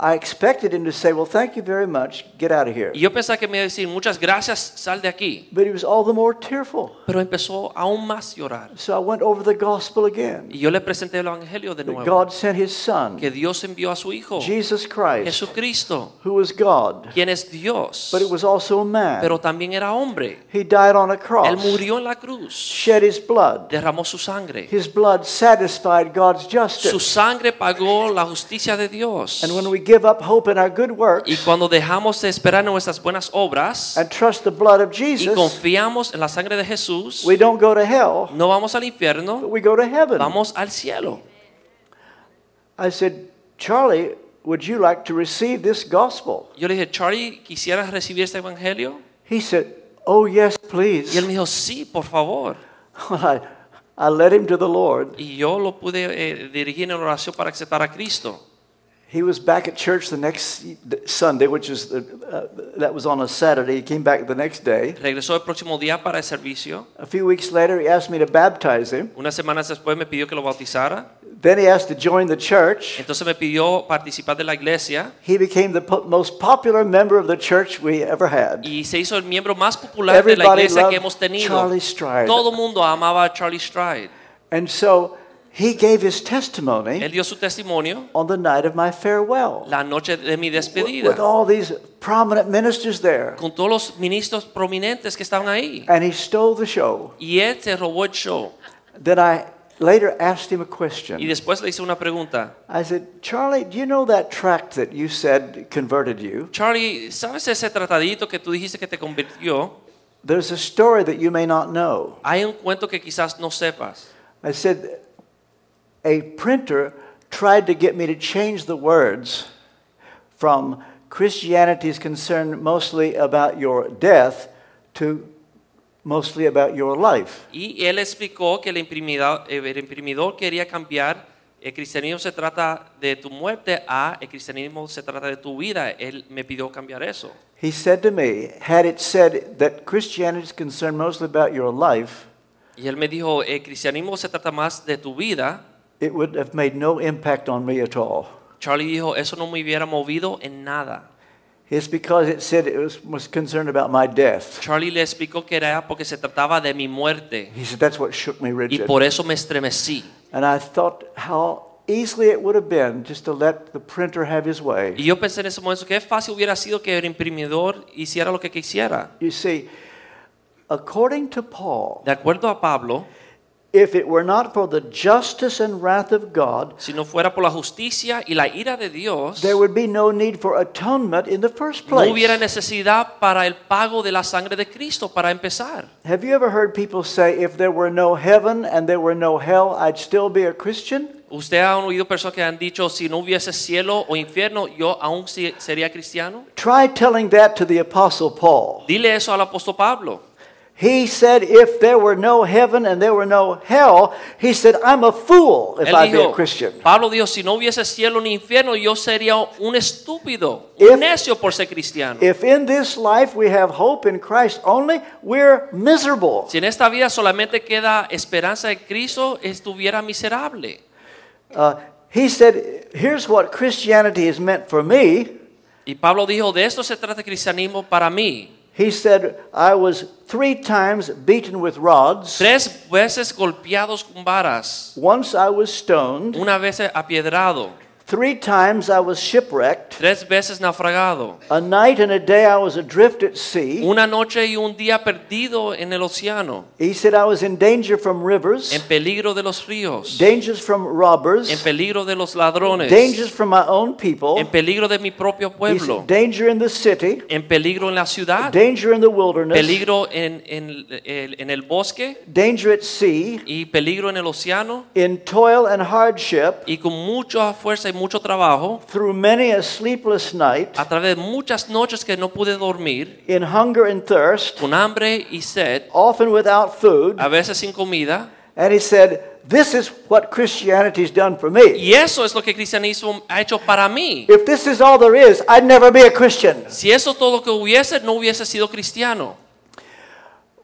Speaker 2: I expected him to say, Well, thank you very much. Get out of here.
Speaker 3: Y yo pensaba que me iba a decir, muchas gracias, sal de aquí.
Speaker 2: But he was all the more tearful.
Speaker 3: Pero empezó aún más a llorar.
Speaker 2: So I went over the gospel again.
Speaker 3: Y yo le presenté el Evangelio de
Speaker 2: That
Speaker 3: nuevo,
Speaker 2: God sent his son,
Speaker 3: que Dios envió a su Hijo,
Speaker 2: Jesus Christ,
Speaker 3: Jesucristo,
Speaker 2: who was God,
Speaker 3: quien es Dios,
Speaker 2: but it was also a man.
Speaker 3: pero también era hombre.
Speaker 2: He died on a
Speaker 3: Él
Speaker 2: cross,
Speaker 3: murió en la cruz,
Speaker 2: shed his blood.
Speaker 3: derramó su sangre.
Speaker 2: His blood satisfied God's
Speaker 3: Su
Speaker 2: justice.
Speaker 3: sangre pagó la justicia de Dios.
Speaker 2: And when we give up hope in our good
Speaker 3: Y
Speaker 2: works
Speaker 3: cuando dejamos de esperar nuestras buenas obras
Speaker 2: and trust the blood of
Speaker 3: y
Speaker 2: Jesus,
Speaker 3: confiamos en la sangre de Jesús,
Speaker 2: we don't go to hell,
Speaker 3: no vamos al
Speaker 2: but
Speaker 3: infierno,
Speaker 2: we go to heaven.
Speaker 3: vamos al cielo.
Speaker 2: I said, Charlie, would you like to receive this gospel?
Speaker 3: Yo le dije, Charlie, ¿quisieras recibir este Evangelio?
Speaker 2: He said, Oh, yes,
Speaker 3: Y él
Speaker 2: please.
Speaker 3: me dijo, sí, por favor.
Speaker 2: Well, I, I led him to the Lord.
Speaker 3: Y yo lo pude eh, dirigir en oración para aceptar a Cristo.
Speaker 2: He was back at church the next Sunday, which is the, uh, that was on a Saturday. He came back the next day.
Speaker 3: Regresó el próximo día para el servicio.
Speaker 2: A few weeks later, he asked me to baptize him.
Speaker 3: Unas semanas después me pidió que lo bautizara.
Speaker 2: Then he asked to join the church.
Speaker 3: Entonces me pidió participar de la iglesia
Speaker 2: He became the po- most popular member of the church we ever had.
Speaker 3: y se hizo el miembro más popular de la
Speaker 2: Everybody
Speaker 3: iglesia
Speaker 2: loved
Speaker 3: que hemos tenido.
Speaker 2: Charlie Stride.
Speaker 3: Todo el mundo amaba a Charlie Stride.
Speaker 2: And so he gave his testimony
Speaker 3: Él dio su testimonio
Speaker 2: on the night of my farewell
Speaker 3: la noche de mi
Speaker 2: w-
Speaker 3: despedida
Speaker 2: with all these prominent ministers there.
Speaker 3: con todos los ministros prominentes que estaban ahí.
Speaker 2: And he stole the show.
Speaker 3: Y él se robó el show.
Speaker 2: Then I later asked him a
Speaker 3: Y
Speaker 2: question.
Speaker 3: después le hice una pregunta.
Speaker 2: I said, Charlie, do you know that tract that you said converted you?
Speaker 3: Charlie, ¿sabes ese tratadito que tú dijiste que te convirtió?
Speaker 2: There's a story that you may not know.
Speaker 3: Hay un cuento que quizás no sepas.
Speaker 2: I said, a printer tried to get me to change the words from Christianity is concerned mostly about your death to mostly about your life.
Speaker 3: Y él explicó que el imprimidor, el imprimidor quería cambiar el cristianismo se trata de tu muerte a el cristianismo se trata de tu vida. Él me pidió cambiar eso.
Speaker 2: He said to me, had it said that Christianity is concerned mostly about your life,
Speaker 3: Y él me dijo, el cristianismo se trata más de tu vida.
Speaker 2: it would have made no impact on me at all.
Speaker 3: Charlie dijo, eso no me hubiera movido en nada.
Speaker 2: It's because it said it was, was concerned about my death.
Speaker 3: Charlie le explicó que era porque se trataba de mi muerte
Speaker 2: He said, That's what shook me
Speaker 3: y
Speaker 2: rigid.
Speaker 3: por eso me estremecí.
Speaker 2: And I thought how easily it would have been just to let the printer have his way.
Speaker 3: Y yo pensé en ese momento que fácil hubiera sido que el imprimidor hiciera lo que quisiera.
Speaker 2: You see, according to Paul,
Speaker 3: De acuerdo a Pablo,
Speaker 2: if it were not for the justice and wrath of God,
Speaker 3: si no fuera por la justicia y la ira de Dios,
Speaker 2: there would be no need for atonement in the first
Speaker 3: no
Speaker 2: place.
Speaker 3: hubiera necesidad para el pago de la sangre de Cristo para empezar.
Speaker 2: Have you ever heard people say, if there were no heaven and there were no hell, I'd still be a Christian?
Speaker 3: Usted ha oído personas que han dicho, si no hubiese cielo o infierno, yo aún si- sería cristiano.
Speaker 2: Try telling that to the Apostle Paul.
Speaker 3: Dile eso al apóstol Pablo.
Speaker 2: He said, if there were no heaven and there were no hell, he said, I'm a fool if
Speaker 3: Él
Speaker 2: I be a
Speaker 3: dijo,
Speaker 2: Christian.
Speaker 3: Pablo dijo, si no hubiese cielo ni infierno, yo sería un estúpido,
Speaker 2: If-
Speaker 3: un necio por ser cristiano.
Speaker 2: If in this life we have hope in Christ only, we're miserable.
Speaker 3: si en esta vida solamente queda esperanza en Cristo, estuviera miserable.
Speaker 2: Uh, he said, here's what Christianity is meant for me.
Speaker 3: Y Pablo dijo, de esto se trata el cristianismo para mí.
Speaker 2: He said, I was three times beaten with rods.
Speaker 3: Tres veces golpeados con varas,
Speaker 2: Once I was stoned.
Speaker 3: una vez apiedrado,
Speaker 2: Three times I was shipwrecked.
Speaker 3: tres veces naufragado,
Speaker 2: A night and a day I was adrift at sea.
Speaker 3: una noche y un día perdido en el océano,
Speaker 2: He said, I was in danger from rivers,
Speaker 3: en peligro de los ríos,
Speaker 2: dangers from
Speaker 3: en
Speaker 2: robbers,
Speaker 3: peligro de los ladrones,
Speaker 2: dangers from my own
Speaker 3: en
Speaker 2: people.
Speaker 3: peligro de mi propio
Speaker 2: He
Speaker 3: pueblo,
Speaker 2: said, danger in the city,
Speaker 3: en peligro en la ciudad,
Speaker 2: danger in the wilderness,
Speaker 3: peligro en, en- el- en el bosque
Speaker 2: danger at sea,
Speaker 3: y peligro en el océano
Speaker 2: in toil and hardship,
Speaker 3: y con mucha fuerza y mucho trabajo,
Speaker 2: through many a sleepless night,
Speaker 3: a través de muchas noches que no pude dormir,
Speaker 2: in hunger and thirst,
Speaker 3: con hambre y sed,
Speaker 2: often without food.
Speaker 3: a veces sin comida.
Speaker 2: And he said, This is what Christianity's done for me.
Speaker 3: Y eso es lo que el cristianismo ha hecho para mí.
Speaker 2: If this is all there is, I'd never be a Christian.
Speaker 3: Si eso todo lo que hubiese, no hubiese sido cristiano.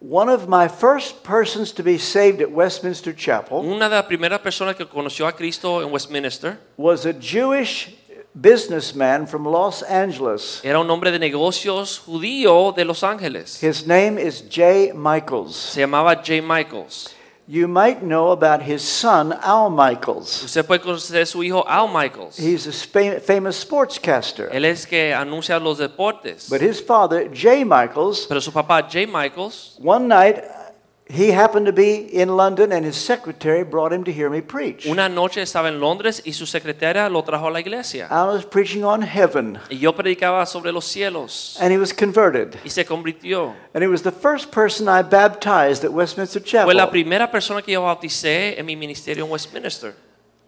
Speaker 2: One of my first persons to be saved at Westminster Chapel
Speaker 3: Una de las primeras personas que conoció a Cristo en Westminster
Speaker 2: was a Jewish businessman from Los Angeles.
Speaker 3: era un hombre de negocios judío de Los Ángeles.
Speaker 2: His name is J. Michaels.
Speaker 3: Se llamaba J. Michaels.
Speaker 2: You might know about his son, Al Michaels.
Speaker 3: Usted puede conocer a su hijo Al Michaels.
Speaker 2: He's a spa- famous sportscaster.
Speaker 3: Él es que anuncia los deportes.
Speaker 2: But his father, J. Michaels,
Speaker 3: Pero su papá J. Michaels,
Speaker 2: one night he happened to be in London and his secretary brought him to hear me preach.
Speaker 3: una noche estaba en Londres y su secretaria lo trajo a la iglesia.
Speaker 2: I was preaching on heaven
Speaker 3: Y yo predicaba sobre los cielos.
Speaker 2: and he was converted.
Speaker 3: Y se convirtió.
Speaker 2: And he was the first person I baptized at Westminster Chapel.
Speaker 3: Fue la primera persona que yo bauticé en mi ministerio en Westminster.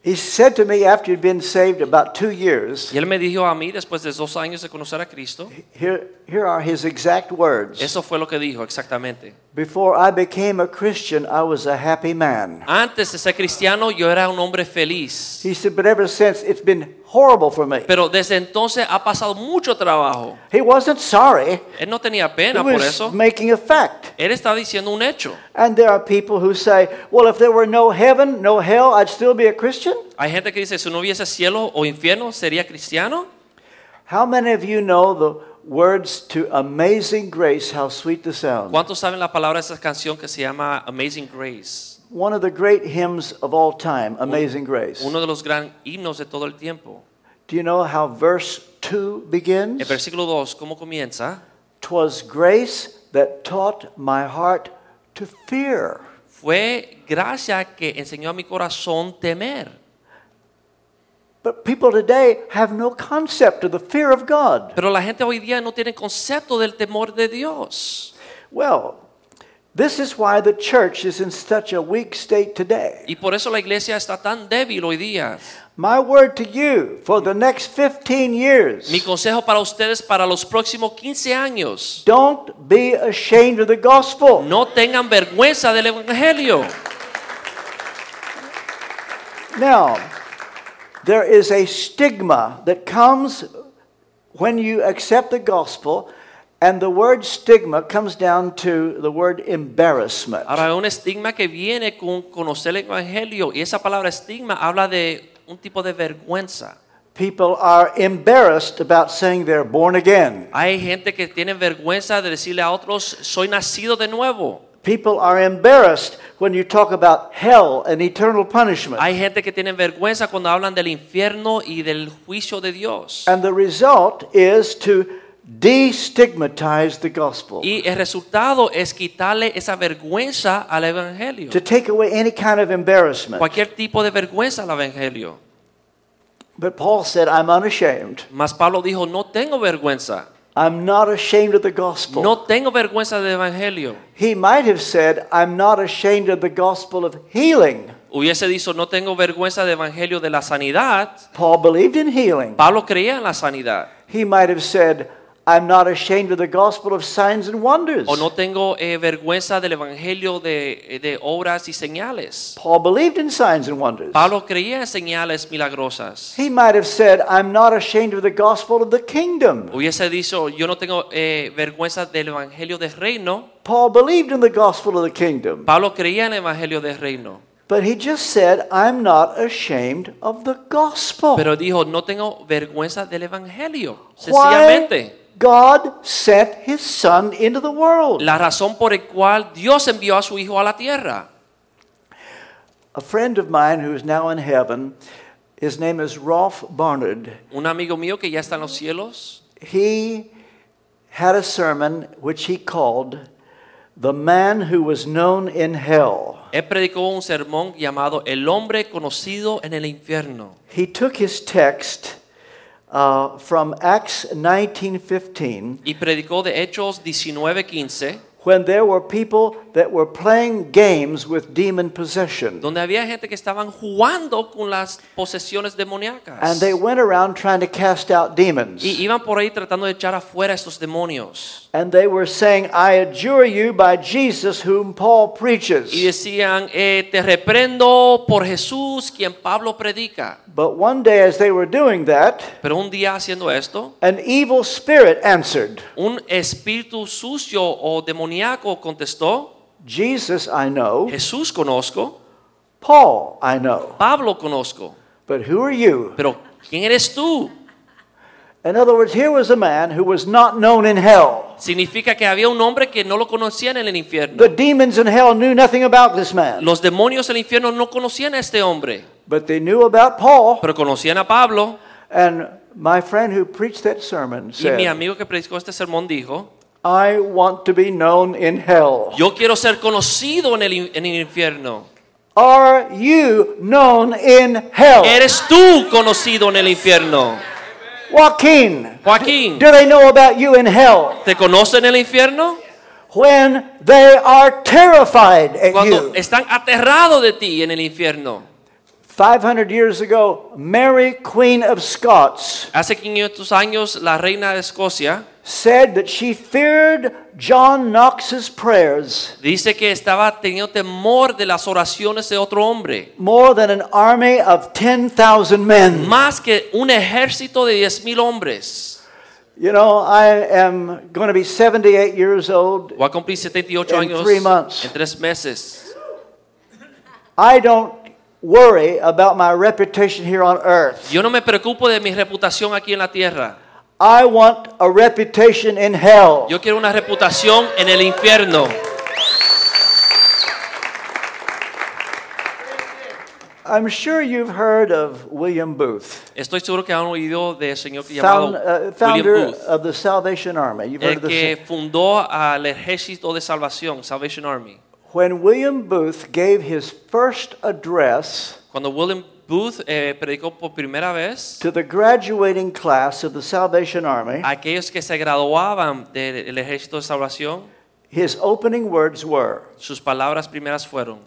Speaker 2: He said to me after he'd been saved about two years,
Speaker 3: Y él me dijo a mí, después de dos años de conocer a Cristo,
Speaker 2: here, here are his exact words.
Speaker 3: eso fue lo que dijo exactamente.
Speaker 2: Before I became a Christian, I was a happy man.
Speaker 3: Antes de ser cristiano, yo era un hombre feliz.
Speaker 2: He said, but ever since, it's been horrible for me.
Speaker 3: Pero desde entonces ha pasado mucho trabajo.
Speaker 2: He wasn't sorry.
Speaker 3: Él no tenía
Speaker 2: He
Speaker 3: pena por
Speaker 2: was
Speaker 3: eso.
Speaker 2: making a fact.
Speaker 3: Él estaba diciendo un hecho.
Speaker 2: And there are people who say, well, if there were no heaven, no hell, I'd still be a Christian.
Speaker 3: Hay gente que dice, si no hubiese cielo o infierno, ¿sería cristiano?
Speaker 2: How many of you know the words to Amazing Grace, How Sweet the Sound?
Speaker 3: ¿Cuántos saben la palabra de esa canción que se llama Amazing Grace?
Speaker 2: One of the great hymns of all time, Amazing Grace.
Speaker 3: Uno de los gran himnos de todo el tiempo.
Speaker 2: Do you know how verse 2
Speaker 3: El
Speaker 2: begins?
Speaker 3: versículo 2, ¿cómo comienza?
Speaker 2: Twas grace that taught my heart to fear.
Speaker 3: Fue gracia que enseñó a mi corazón temer.
Speaker 2: But people today have no concept of the fear of God.
Speaker 3: Pero la gente hoy día no tiene concepto del temor de Dios.
Speaker 2: Well, this is why the church is in such a weak state today.
Speaker 3: Y por eso la iglesia está tan débil hoy día.
Speaker 2: My word to you for the next 15
Speaker 3: Mi
Speaker 2: years
Speaker 3: consejo para ustedes para los próximos 15 años,
Speaker 2: don't be ashamed of the gospel.
Speaker 3: no tengan vergüenza del Evangelio.
Speaker 2: Now, there is a stigma that comes when you accept the gospel, and the word stigma comes down to the word embarrassment.
Speaker 3: Ahora hay un estigma que viene con conocer el Evangelio y esa palabra estigma habla de un tipo de vergüenza.
Speaker 2: People are embarrassed about saying they're born again.
Speaker 3: Hay gente que tiene vergüenza de decirle a otros, soy nacido de nuevo.
Speaker 2: People are embarrassed when you talk about hell and eternal punishment.
Speaker 3: Hay gente que tiene vergüenza cuando hablan del infierno y del juicio de Dios.
Speaker 2: And the result is to destigmatize the gospel,
Speaker 3: Y el resultado es quitarle esa vergüenza al Evangelio.
Speaker 2: to take away any kind of embarrassment.
Speaker 3: Cualquier tipo de vergüenza al Evangelio.
Speaker 2: But Paul said, I'm unashamed.
Speaker 3: Mas Pablo dijo, no tengo vergüenza.
Speaker 2: I'm not ashamed of the gospel.
Speaker 3: No tengo vergüenza del Evangelio.
Speaker 2: He might have said, I'm not ashamed of the gospel of healing.
Speaker 3: Hubiese dicho, no tengo vergüenza del Evangelio de la sanidad.
Speaker 2: Paul believed in healing.
Speaker 3: Pablo creía en la sanidad.
Speaker 2: He might have said, I'm not ashamed of the gospel of signs and wonders.
Speaker 3: O no tengo eh, vergüenza del Evangelio de, eh, de obras y señales.
Speaker 2: Paul believed in signs and wonders.
Speaker 3: Pablo creía en señales milagrosas.
Speaker 2: He might have said, I'm not ashamed of the gospel of the kingdom.
Speaker 3: Hubiese dicho, yo no tengo eh, vergüenza del Evangelio del reino.
Speaker 2: Paul believed in the gospel of the kingdom.
Speaker 3: Pablo creía en el Evangelio del reino,
Speaker 2: But he just said, I'm not ashamed of the gospel.
Speaker 3: pero dijo, no tengo vergüenza del Evangelio.
Speaker 2: Why
Speaker 3: Sencillamente,
Speaker 2: God sent his son into the world.
Speaker 3: la razón por el cual Dios envió a su Hijo a la tierra.
Speaker 2: A friend of mine who is now in heaven, his name is Rolf Barnard.
Speaker 3: Un amigo mío que ya está en los cielos,
Speaker 2: He had a sermon which he called The Man Who Was Known in Hell.
Speaker 3: él predicó un sermón llamado El hombre conocido en el infierno.
Speaker 2: He took his text uh, from Acts 19:15
Speaker 3: Y predicó de Hechos 19:15,
Speaker 2: when there were people that were playing games with demon possession.
Speaker 3: donde había gente que estaban jugando con las posesiones
Speaker 2: And
Speaker 3: demoníacas.
Speaker 2: they went around trying to cast out demons.
Speaker 3: Y iban por ahí tratando de echar afuera a estos demonios.
Speaker 2: And they were saying, I adjure you by Jesus whom Paul preaches.
Speaker 3: Y decían, eh, te reprendo por Jesús, quien Pablo predica.
Speaker 2: But one day, as they were doing that,
Speaker 3: Pero un día haciendo esto,
Speaker 2: an evil spirit answered
Speaker 3: un espíritu sucio o demoníaco contestó,
Speaker 2: Jesus I know,
Speaker 3: Jesús conozco,
Speaker 2: Paul I know,
Speaker 3: Pablo conozco,
Speaker 2: but who are you?
Speaker 3: pero ¿quién eres tú?
Speaker 2: In other words, here was a man who was not known in hell.
Speaker 3: Significa que había un hombre que no lo conocían en el infierno.
Speaker 2: The demons in hell knew nothing about this man,
Speaker 3: Los demonios del infierno no conocían a este hombre,
Speaker 2: but they knew about Paul.
Speaker 3: pero conocían a Pablo.
Speaker 2: And my friend who preached that sermon
Speaker 3: Y mi
Speaker 2: said,
Speaker 3: amigo que predicó este sermón dijo,
Speaker 2: I want to be known in hell.
Speaker 3: yo quiero ser conocido en el, in- en el infierno.
Speaker 2: Are you known in hell?
Speaker 3: Eres tú conocido en el infierno.
Speaker 2: Joaquin,
Speaker 3: Joaquín,
Speaker 2: do they know about you in hell?
Speaker 3: ¿te conocen en el infierno?
Speaker 2: When they are terrified at
Speaker 3: Cuando
Speaker 2: you.
Speaker 3: están aterrados de ti en el infierno.
Speaker 2: 500 years ago, Mary, Queen of Scots,
Speaker 3: Hace 500 años la reina de Escocia
Speaker 2: said that she feared John Knox's prayers
Speaker 3: dice que estaba teniendo temor de las oraciones de otro hombre,
Speaker 2: more than an army of 10,000 men.
Speaker 3: más que un ejército de 10.000 hombres.
Speaker 2: You know, I am going to be 78 years old.
Speaker 3: Voy a cumplir 78
Speaker 2: In
Speaker 3: años
Speaker 2: three months.
Speaker 3: en tres meses.
Speaker 2: I don't worry about my reputation here on earth.
Speaker 3: Yo no me preocupo de mi reputación aquí en la tierra.
Speaker 2: I want a reputation in hell.
Speaker 3: Yo quiero una reputación en el infierno.
Speaker 2: I'm sure you've heard of William Booth,
Speaker 3: Estoy seguro que han oído del señor que llamado
Speaker 2: found, uh,
Speaker 3: William
Speaker 2: founder
Speaker 3: Booth.
Speaker 2: of the Salvation Army. You've heard
Speaker 3: el
Speaker 2: of the
Speaker 3: que fundó al ejército de salvación, Salvation Army.
Speaker 2: When William Booth gave his first address
Speaker 3: Cuando William Booth eh, predicó por primera vez,
Speaker 2: to the graduating class of the Salvation Army,
Speaker 3: a aquellos que se graduaban del ejército de salvación,
Speaker 2: his opening words were
Speaker 3: sus palabras primeras fueron,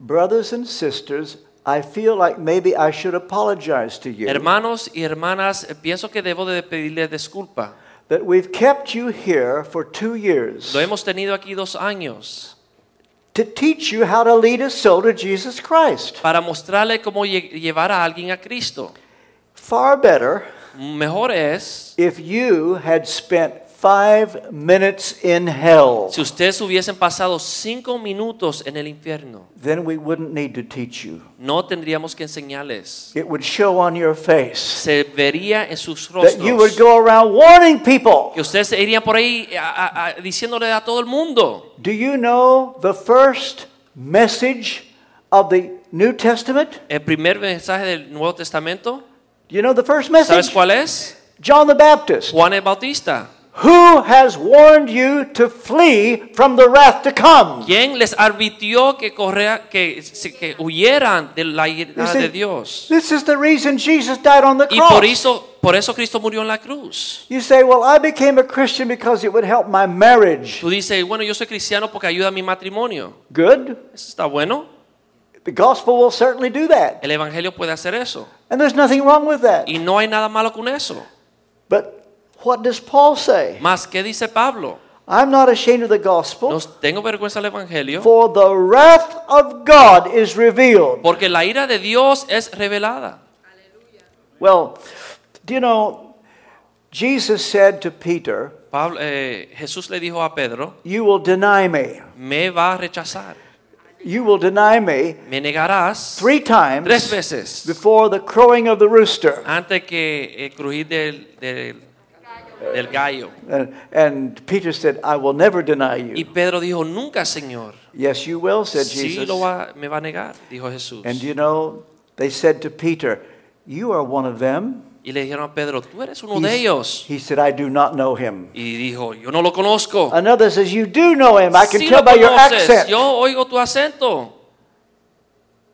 Speaker 2: Brothers and sisters, I feel like maybe I should apologize to you
Speaker 3: hermanos y hermanas, eh, pienso que debo de pedirles disculpa.
Speaker 2: that we've kept you here for two years
Speaker 3: Lo hemos tenido aquí dos años
Speaker 2: to teach you how to lead a soul to Jesus Christ.
Speaker 3: para mostrarle cómo lle- llevar a alguien a Cristo.
Speaker 2: Far better
Speaker 3: Mejor es
Speaker 2: if you had spent five minutes in hell,
Speaker 3: Si ustedes hubiesen pasado cinco minutos en el infierno,
Speaker 2: then we wouldn't need to teach you.
Speaker 3: no tendríamos que enseñarles.
Speaker 2: It would show on your face
Speaker 3: Se vería en sus
Speaker 2: that you would
Speaker 3: rostros
Speaker 2: go around warning people.
Speaker 3: que ustedes irían por ahí a- a- a- diciéndole a todo el mundo.
Speaker 2: Do you know the first message of the New Testament?
Speaker 3: El primer mensaje del Nuevo Testamento,
Speaker 2: Do you know the first
Speaker 3: ¿sabes
Speaker 2: message?
Speaker 3: cuál es?
Speaker 2: John the Baptist.
Speaker 3: Juan el Bautista.
Speaker 2: Who has warned you to flee from the wrath to come?
Speaker 3: ¿Quién les arbitrió que, correa, que, se- que huyeran de la
Speaker 2: You
Speaker 3: ira
Speaker 2: see,
Speaker 3: de Dios?
Speaker 2: This is the reason Jesus died on the
Speaker 3: Y por
Speaker 2: cross.
Speaker 3: eso, por eso Cristo murió en la cruz.
Speaker 2: You say, Well, I became a Christian because it would help my marriage.
Speaker 3: Tú dices, bueno, yo soy cristiano porque ayuda a mi matrimonio.
Speaker 2: Good.
Speaker 3: Eso está bueno.
Speaker 2: The gospel will certainly do that.
Speaker 3: El Evangelio puede hacer eso.
Speaker 2: And there's nothing wrong with that.
Speaker 3: Y no hay nada malo con eso.
Speaker 2: But what does Paul say?
Speaker 3: Más, ¿qué dice Pablo?
Speaker 2: I'm not ashamed of the gospel,
Speaker 3: No tengo vergüenza del Evangelio
Speaker 2: for the wrath of God is revealed.
Speaker 3: porque la ira de Dios es revelada.
Speaker 2: Well, do you know, Jesus said to Peter,
Speaker 3: Pablo, eh, Jesús le dijo a Pedro,
Speaker 2: You will deny me.
Speaker 3: me va a rechazar,
Speaker 2: You will deny me
Speaker 3: me negarás
Speaker 2: three
Speaker 3: tres
Speaker 2: times
Speaker 3: veces
Speaker 2: before the crowing of the rooster.
Speaker 3: antes que el crujir del, del, del gallo.
Speaker 2: And, and Peter said, I will never deny
Speaker 3: Y
Speaker 2: you.
Speaker 3: Pedro dijo, nunca Señor,
Speaker 2: Yes, you will, said
Speaker 3: sí lo
Speaker 2: Jesus.
Speaker 3: va, me va a negar, dijo Jesús.
Speaker 2: And you know, they said to Peter, You are one of them.
Speaker 3: Y le dijeron a Pedro, tú eres uno
Speaker 2: He,
Speaker 3: de ellos.
Speaker 2: he said, I do not know him.
Speaker 3: Y dijo, yo no lo conozco.
Speaker 2: Another says, You do know him. I can
Speaker 3: Sí
Speaker 2: tell
Speaker 3: lo
Speaker 2: by your
Speaker 3: conoces,
Speaker 2: accent.
Speaker 3: Yo oigo tu acento.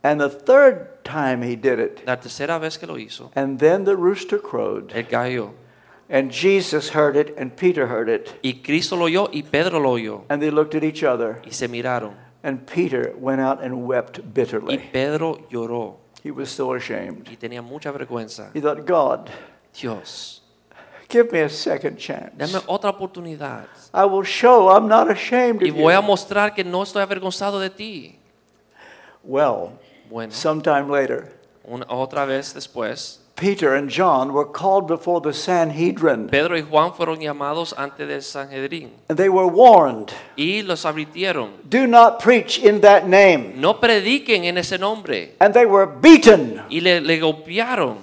Speaker 2: And the third time he did it.
Speaker 3: La tercera vez que lo hizo,
Speaker 2: And then the rooster crowed.
Speaker 3: el gallo.
Speaker 2: And Jesus heard it, and Peter heard it.
Speaker 3: Y Cristo lo oyó y Pedro lo oyó.
Speaker 2: And they looked at each other.
Speaker 3: Y se miraron.
Speaker 2: And Peter went out and wept
Speaker 3: Y
Speaker 2: bitterly.
Speaker 3: Pedro lloró
Speaker 2: He was so ashamed.
Speaker 3: y tenía mucha vergüenza.
Speaker 2: He thought, God,
Speaker 3: Dios,
Speaker 2: give me a second chance.
Speaker 3: dame otra oportunidad.
Speaker 2: I will show I'm not ashamed
Speaker 3: Y
Speaker 2: of
Speaker 3: voy a
Speaker 2: you.
Speaker 3: mostrar que no estoy avergonzado de ti.
Speaker 2: Well,
Speaker 3: Bueno,
Speaker 2: sometime later,
Speaker 3: una- otra vez después,
Speaker 2: Peter and John were called before the Sanhedrin,
Speaker 3: Pedro y Juan fueron llamados antes del Sanhedrín
Speaker 2: and they were warned
Speaker 3: y los advirtieron.
Speaker 2: do not preach in that name.
Speaker 3: No prediquen en ese nombre.
Speaker 2: And they were beaten.
Speaker 3: Y le, le golpearon.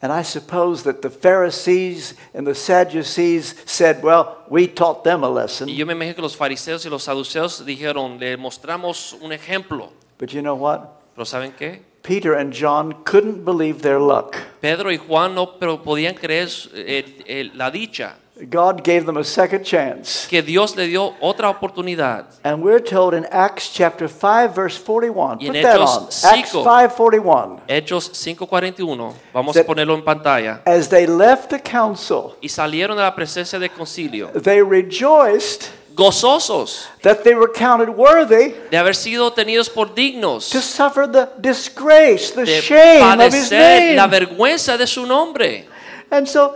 Speaker 2: And I suppose that the Pharisees and the Sadducees said, Well, we taught them a
Speaker 3: Y
Speaker 2: lesson.
Speaker 3: yo me imagino que los fariseos y los saduceos dijeron, le mostramos un ejemplo.
Speaker 2: But you know what?
Speaker 3: Pero ¿saben qué?
Speaker 2: Peter and John couldn't believe their luck.
Speaker 3: Pedro y Juan no pero podían creer eh, eh, la dicha
Speaker 2: God gave them a second chance.
Speaker 3: que Dios le dio otra oportunidad.
Speaker 2: And we're told in Acts chapter 5 verse 41.
Speaker 3: Y en
Speaker 2: Put that
Speaker 3: Hechos
Speaker 2: on. Acts
Speaker 3: cinco.
Speaker 2: 5:41.
Speaker 3: Hechos 5:41, vamos
Speaker 2: Se-
Speaker 3: a ponerlo en pantalla.
Speaker 2: As they left the council,
Speaker 3: Y salieron de la presencia del concilio,
Speaker 2: they rejoiced
Speaker 3: gozosos
Speaker 2: that they were counted worthy
Speaker 3: de haber sido tenidos por dignos,
Speaker 2: to suffer the disgrace, the
Speaker 3: de
Speaker 2: shame of his
Speaker 3: padecer la
Speaker 2: name.
Speaker 3: vergüenza de su nombre.
Speaker 2: And so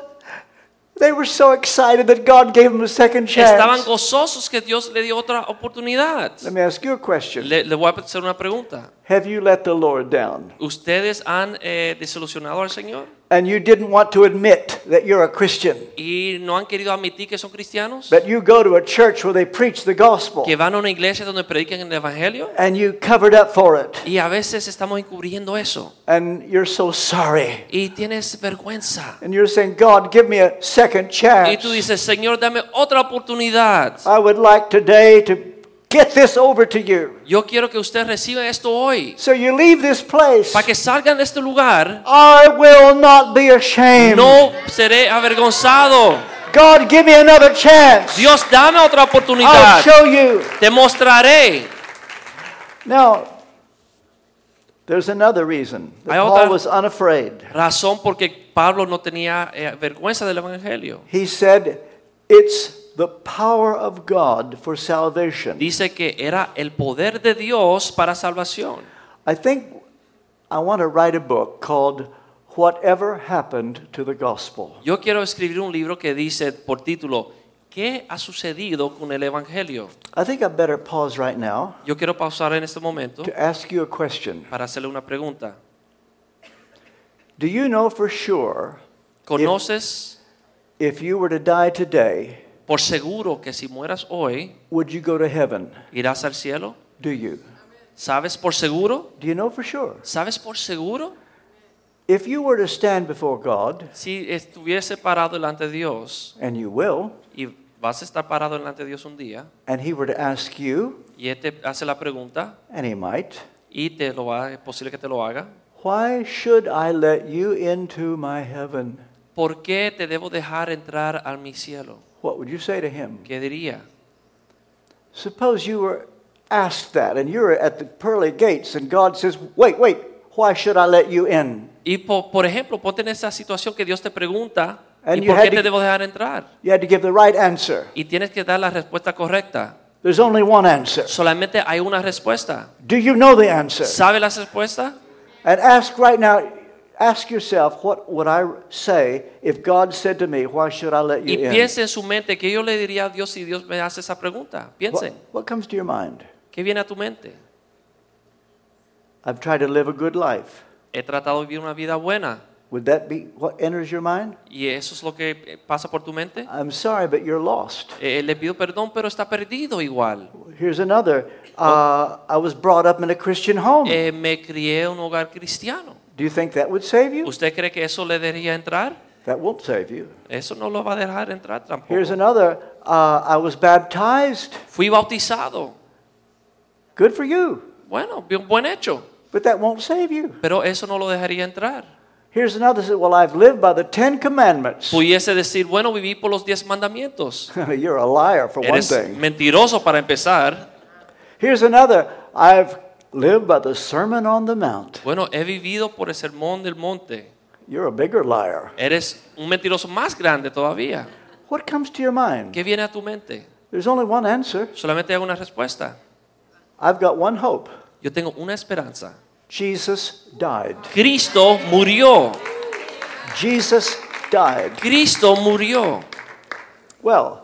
Speaker 2: they were so excited that God gave them a second
Speaker 3: Estaban
Speaker 2: chance.
Speaker 3: gozosos que Dios le dio otra oportunidad.
Speaker 2: Let me ask you a question.
Speaker 3: Le, le voy a hacer una pregunta.
Speaker 2: Have you let the Lord down?
Speaker 3: ¿Ustedes han eh, desilusionado al Señor
Speaker 2: And you didn't want to admit that you're a Christian,
Speaker 3: y no han querido admitir que son cristianos?
Speaker 2: that you go to a church where they preach the gospel,
Speaker 3: que van a una iglesia donde predican el evangelio
Speaker 2: and you covered up for it,
Speaker 3: y a veces estamos encubriendo eso
Speaker 2: and you're so sorry.
Speaker 3: y tienes vergüenza
Speaker 2: And you're saying, God, give me a second
Speaker 3: y
Speaker 2: chance.
Speaker 3: tú dices Señor dame otra oportunidad
Speaker 2: I would like today to get this over to you.
Speaker 3: yo quiero que usted reciba esto hoy
Speaker 2: So you leave this place.
Speaker 3: para que salgan de este lugar
Speaker 2: I will not be ashamed.
Speaker 3: no seré avergonzado
Speaker 2: God, give me another chance.
Speaker 3: Dios dame otra
Speaker 2: I'll
Speaker 3: oportunidad
Speaker 2: show you.
Speaker 3: te mostraré
Speaker 2: Now, there's another reason that
Speaker 3: Hay
Speaker 2: Paul
Speaker 3: otra-
Speaker 2: was unafraid.
Speaker 3: razón porque Pablo no tenía eh, vergüenza del evangelio
Speaker 2: He said, It's the power of God for salvation.
Speaker 3: dice que era el poder de Dios para salvación
Speaker 2: I think I want to write a book called Whatever Happened to the Gospel.
Speaker 3: Yo quiero escribir un libro que dice por título ¿Qué ha sucedido con el Evangelio?
Speaker 2: I think I better pause right now
Speaker 3: Yo quiero pausar en este momento
Speaker 2: to ask you a question.
Speaker 3: para hacerle una pregunta.
Speaker 2: Do you know for sure
Speaker 3: ¿Conoces
Speaker 2: if you were to die today,
Speaker 3: Por seguro que si mueras hoy,
Speaker 2: Would you go to heaven?
Speaker 3: irás al cielo.
Speaker 2: Do you?
Speaker 3: ¿Sabes por seguro?
Speaker 2: Do you know for sure?
Speaker 3: ¿Sabes por seguro?
Speaker 2: If you were to stand before God,
Speaker 3: Si estuviese parado delante de Dios,
Speaker 2: and you will,
Speaker 3: y vas a estar parado delante de Dios un día,
Speaker 2: and He were to ask you,
Speaker 3: y Él te hace la pregunta,
Speaker 2: and He might,
Speaker 3: y te lo va, es posible que te lo haga,
Speaker 2: why should I let you into my heaven?
Speaker 3: ¿por qué te debo dejar entrar a mi cielo?
Speaker 2: What would you say to Him?
Speaker 3: ¿Qué diría?
Speaker 2: Suppose you were asked that, and you're at the pearly gates, and God says, wait, wait, why should I let you in?
Speaker 3: Y po- por ejemplo, ponte en esa situación que Dios te pregunta,
Speaker 2: And
Speaker 3: ¿y
Speaker 2: you
Speaker 3: por
Speaker 2: had
Speaker 3: qué
Speaker 2: to-
Speaker 3: te debo dejar entrar?
Speaker 2: You had to give the right answer.
Speaker 3: Y tienes que dar la respuesta correcta.
Speaker 2: There's only one answer.
Speaker 3: Solamente hay una respuesta.
Speaker 2: Do you know the answer?
Speaker 3: ¿Sabe la respuesta?
Speaker 2: And ask right now, ask yourself, what would I say if God said to me, Why should I let
Speaker 3: Y
Speaker 2: you in?
Speaker 3: piense en su mente que yo le diría a Dios si Dios me hace esa pregunta.
Speaker 2: What,
Speaker 3: Piense,
Speaker 2: what comes to your mind?
Speaker 3: ¿qué viene a tu mente?
Speaker 2: I've tried to live a good life.
Speaker 3: He tratado de vivir una vida buena
Speaker 2: Would that be what enters your mind?
Speaker 3: y eso es lo que eh, pasa por tu mente.
Speaker 2: I'm sorry, but you're lost.
Speaker 3: Eh, le pido perdón, pero está perdido igual.
Speaker 2: Here's another. Uh, I was brought up in a Christian home.
Speaker 3: Eh, me crié en un hogar cristiano.
Speaker 2: Do you think that would save you?
Speaker 3: ¿Usted cree que eso le debería entrar?
Speaker 2: That won't save you.
Speaker 3: Eso no lo va a dejar entrar tampoco.
Speaker 2: Here's another. Uh, I was baptized.
Speaker 3: Fui bautizado.
Speaker 2: Good for you,
Speaker 3: Bueno, bien buen hecho,
Speaker 2: but that won't save you.
Speaker 3: pero eso no lo dejaría entrar.
Speaker 2: Here's another. Said, well, I've lived by the Ten Commandments.
Speaker 3: Pudiese decir, bueno, viví por los diez mandamientos.
Speaker 2: You're a liar for one
Speaker 3: Eres
Speaker 2: thing.
Speaker 3: mentiroso para empezar.
Speaker 2: Here's another. I've lived by the Sermon on the Mount.
Speaker 3: Bueno, he vivido por el sermón del monte.
Speaker 2: You're a bigger liar.
Speaker 3: Eres un mentiroso más grande todavía.
Speaker 2: What comes to your mind?
Speaker 3: ¿Qué viene a tu mente?
Speaker 2: There's only one answer.
Speaker 3: Solamente hay una respuesta.
Speaker 2: I've got one hope.
Speaker 3: Yo tengo una esperanza.
Speaker 2: Jesus died.
Speaker 3: Cristo murió.
Speaker 2: Jesus died.
Speaker 3: Cristo murió.
Speaker 2: Well,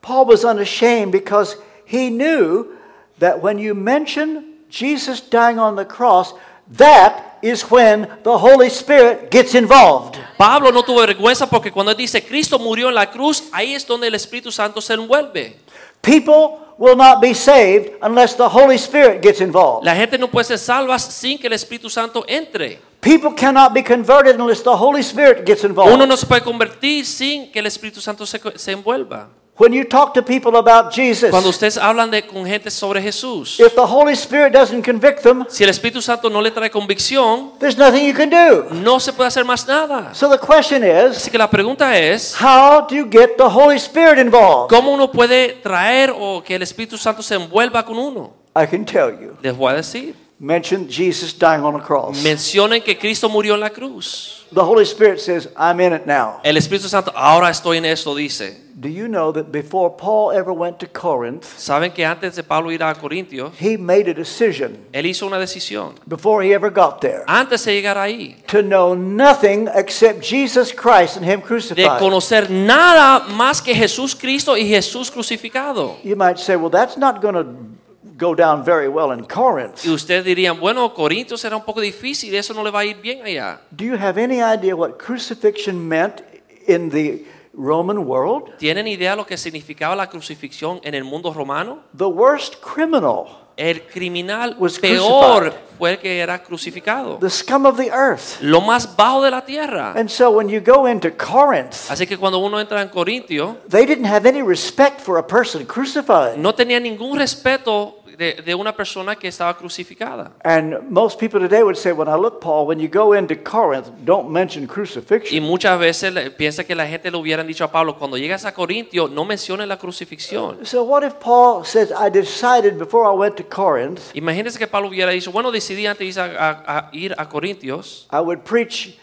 Speaker 2: Paul was unashamed because he knew that when you mention Jesus dying on the cross, that is when the Holy Spirit gets involved.
Speaker 3: Pablo no tuvo vergüenza porque cuando él dice Cristo murió en la cruz, ahí es donde el Espíritu Santo se envuelve.
Speaker 2: People will not be saved unless the Holy Spirit gets involved.
Speaker 3: La gente no puede ser salva sin que el Espíritu Santo entre.
Speaker 2: People cannot be converted unless the Holy Spirit gets
Speaker 3: Uno
Speaker 2: involved.
Speaker 3: no se puede convertir sin que el Espíritu Santo se, se envuelva.
Speaker 2: When you talk to people about
Speaker 3: Cuando
Speaker 2: Jesus,
Speaker 3: ustedes hablan de, con gente sobre Jesús,
Speaker 2: if the Holy Spirit doesn't convict them,
Speaker 3: si el Espíritu Santo no le trae convicción,
Speaker 2: there's nothing you can do.
Speaker 3: no se puede hacer más nada.
Speaker 2: So the question is,
Speaker 3: Así que la pregunta es,
Speaker 2: how do you get the Holy Spirit involved?
Speaker 3: ¿cómo uno puede traer o que el Espíritu Santo se envuelva con uno?
Speaker 2: I can tell you.
Speaker 3: Les voy a decir,
Speaker 2: Mention Jesus dying on a cross.
Speaker 3: mencionen que Cristo murió en la cruz.
Speaker 2: The Holy Spirit says, I'm in it now.
Speaker 3: El Espíritu Santo, ahora estoy en esto, dice.
Speaker 2: Do you know that before Paul ever went to Corinth,
Speaker 3: Saben que antes de Pablo ir a Corintios,
Speaker 2: he made a decision
Speaker 3: él hizo una decisión.
Speaker 2: before he ever got there
Speaker 3: Antes de llegar ahí,
Speaker 2: to know nothing except Jesus Christ and him
Speaker 3: de
Speaker 2: crucified.
Speaker 3: conocer nada más que Jesús Cristo y Jesús crucificado.
Speaker 2: You might say, well, that's not going to go down very well in Corinth.
Speaker 3: Y ustedes dirían, bueno, Corintios era un poco difícil, eso no le va a ir bien allá.
Speaker 2: Do you have any idea what crucifixion meant in the Roman world?
Speaker 3: ¿Tienen idea lo que significaba la crucifixión en el mundo romano?
Speaker 2: The worst criminal,
Speaker 3: El criminal
Speaker 2: Was
Speaker 3: peor
Speaker 2: crucified.
Speaker 3: fue el que era crucificado.
Speaker 2: the scum of the earth.
Speaker 3: Lo más bajo de la tierra.
Speaker 2: And so when you go into Corinth,
Speaker 3: Así que cuando uno entra en Corintio,
Speaker 2: They didn't have any respect for a person crucified.
Speaker 3: no tenía ningún respeto de, de una persona que estaba crucificada.
Speaker 2: And most people today would say, when I look, Paul, when you go into Corinth, don't mention
Speaker 3: Y
Speaker 2: crucifixion.
Speaker 3: muchas veces le- piensa que la gente le hubieran dicho a Pablo, cuando llegas a Corintio, no menciones la crucifixión.
Speaker 2: So what if Paul says, I decided before I went to Corinth,
Speaker 3: Imagínense que Pablo hubiera dicho, bueno, decidí antes de ir a, a- a ir a Corintios,
Speaker 2: I would preach,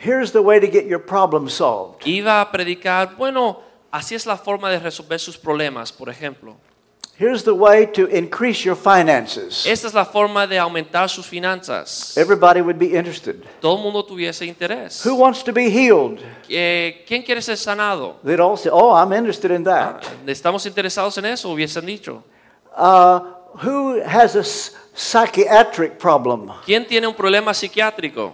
Speaker 2: here's the way to get your problem solved.
Speaker 3: iba a predicar, bueno, así es la forma de resolver sus problemas, por ejemplo.
Speaker 2: Here's the way to increase your finances.
Speaker 3: Esta es la forma de aumentar sus finanzas.
Speaker 2: Everybody would be interested.
Speaker 3: Todo el mundo tuviese interés.
Speaker 2: Who wants to be healed?
Speaker 3: Eh, ¿Quién quiere ser sanado?
Speaker 2: They'd all say, oh, I'm interested in
Speaker 3: Ah,
Speaker 2: that.
Speaker 3: Estamos interesados en eso, hubiesen dicho.
Speaker 2: Uh, who has a s- psychiatric problem?
Speaker 3: ¿Quién tiene un problema psiquiátrico?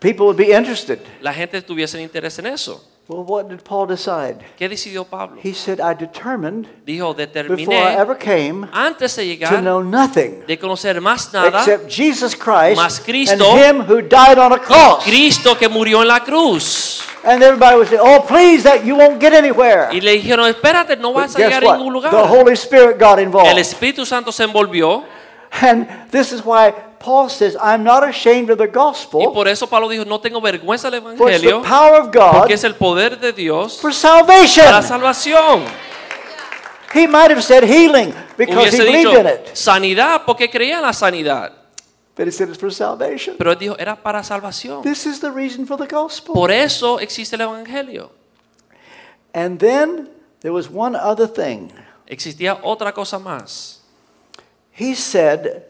Speaker 2: People would be interested.
Speaker 3: La gente tuviese interés en eso.
Speaker 2: Well, what did Paul decide?
Speaker 3: ¿Qué decidió Pablo?
Speaker 2: He said, I determined
Speaker 3: Dijo,
Speaker 2: before I
Speaker 3: determiné
Speaker 2: ever came
Speaker 3: antes de
Speaker 2: to
Speaker 3: llegar
Speaker 2: know nothing
Speaker 3: de conocer más nada
Speaker 2: except Jesus
Speaker 3: mas
Speaker 2: Christ and
Speaker 3: Cristo-
Speaker 2: Him who died on a cross.
Speaker 3: Cristo que murió en la cruz.
Speaker 2: And everybody would say, Oh, please, that you won't get anywhere.
Speaker 3: Y le dijeron, espérate, no
Speaker 2: But
Speaker 3: vas a llegar
Speaker 2: guess
Speaker 3: a ningún
Speaker 2: what?
Speaker 3: lugar.
Speaker 2: The Holy Spirit got
Speaker 3: El
Speaker 2: involved.
Speaker 3: Espíritu Santo se envolvió
Speaker 2: And this is why Paul says, I'm not ashamed of the
Speaker 3: y
Speaker 2: gospel,
Speaker 3: por eso Pablo dijo, no tengo vergüenza del
Speaker 2: for it's the
Speaker 3: Evangelio
Speaker 2: power of God
Speaker 3: porque es el poder de Dios
Speaker 2: for
Speaker 3: para
Speaker 2: salvation.
Speaker 3: salvación.
Speaker 2: He might have said healing because he
Speaker 3: Hubiese
Speaker 2: believed
Speaker 3: dicho
Speaker 2: in it.
Speaker 3: sanidad porque creía en la sanidad,
Speaker 2: But he said it's for salvation.
Speaker 3: pero él dijo, era para salvación.
Speaker 2: This is the reason for the gospel.
Speaker 3: Por eso existe el Evangelio.
Speaker 2: And then there was one other thing.
Speaker 3: Existía otra cosa más.
Speaker 2: He said,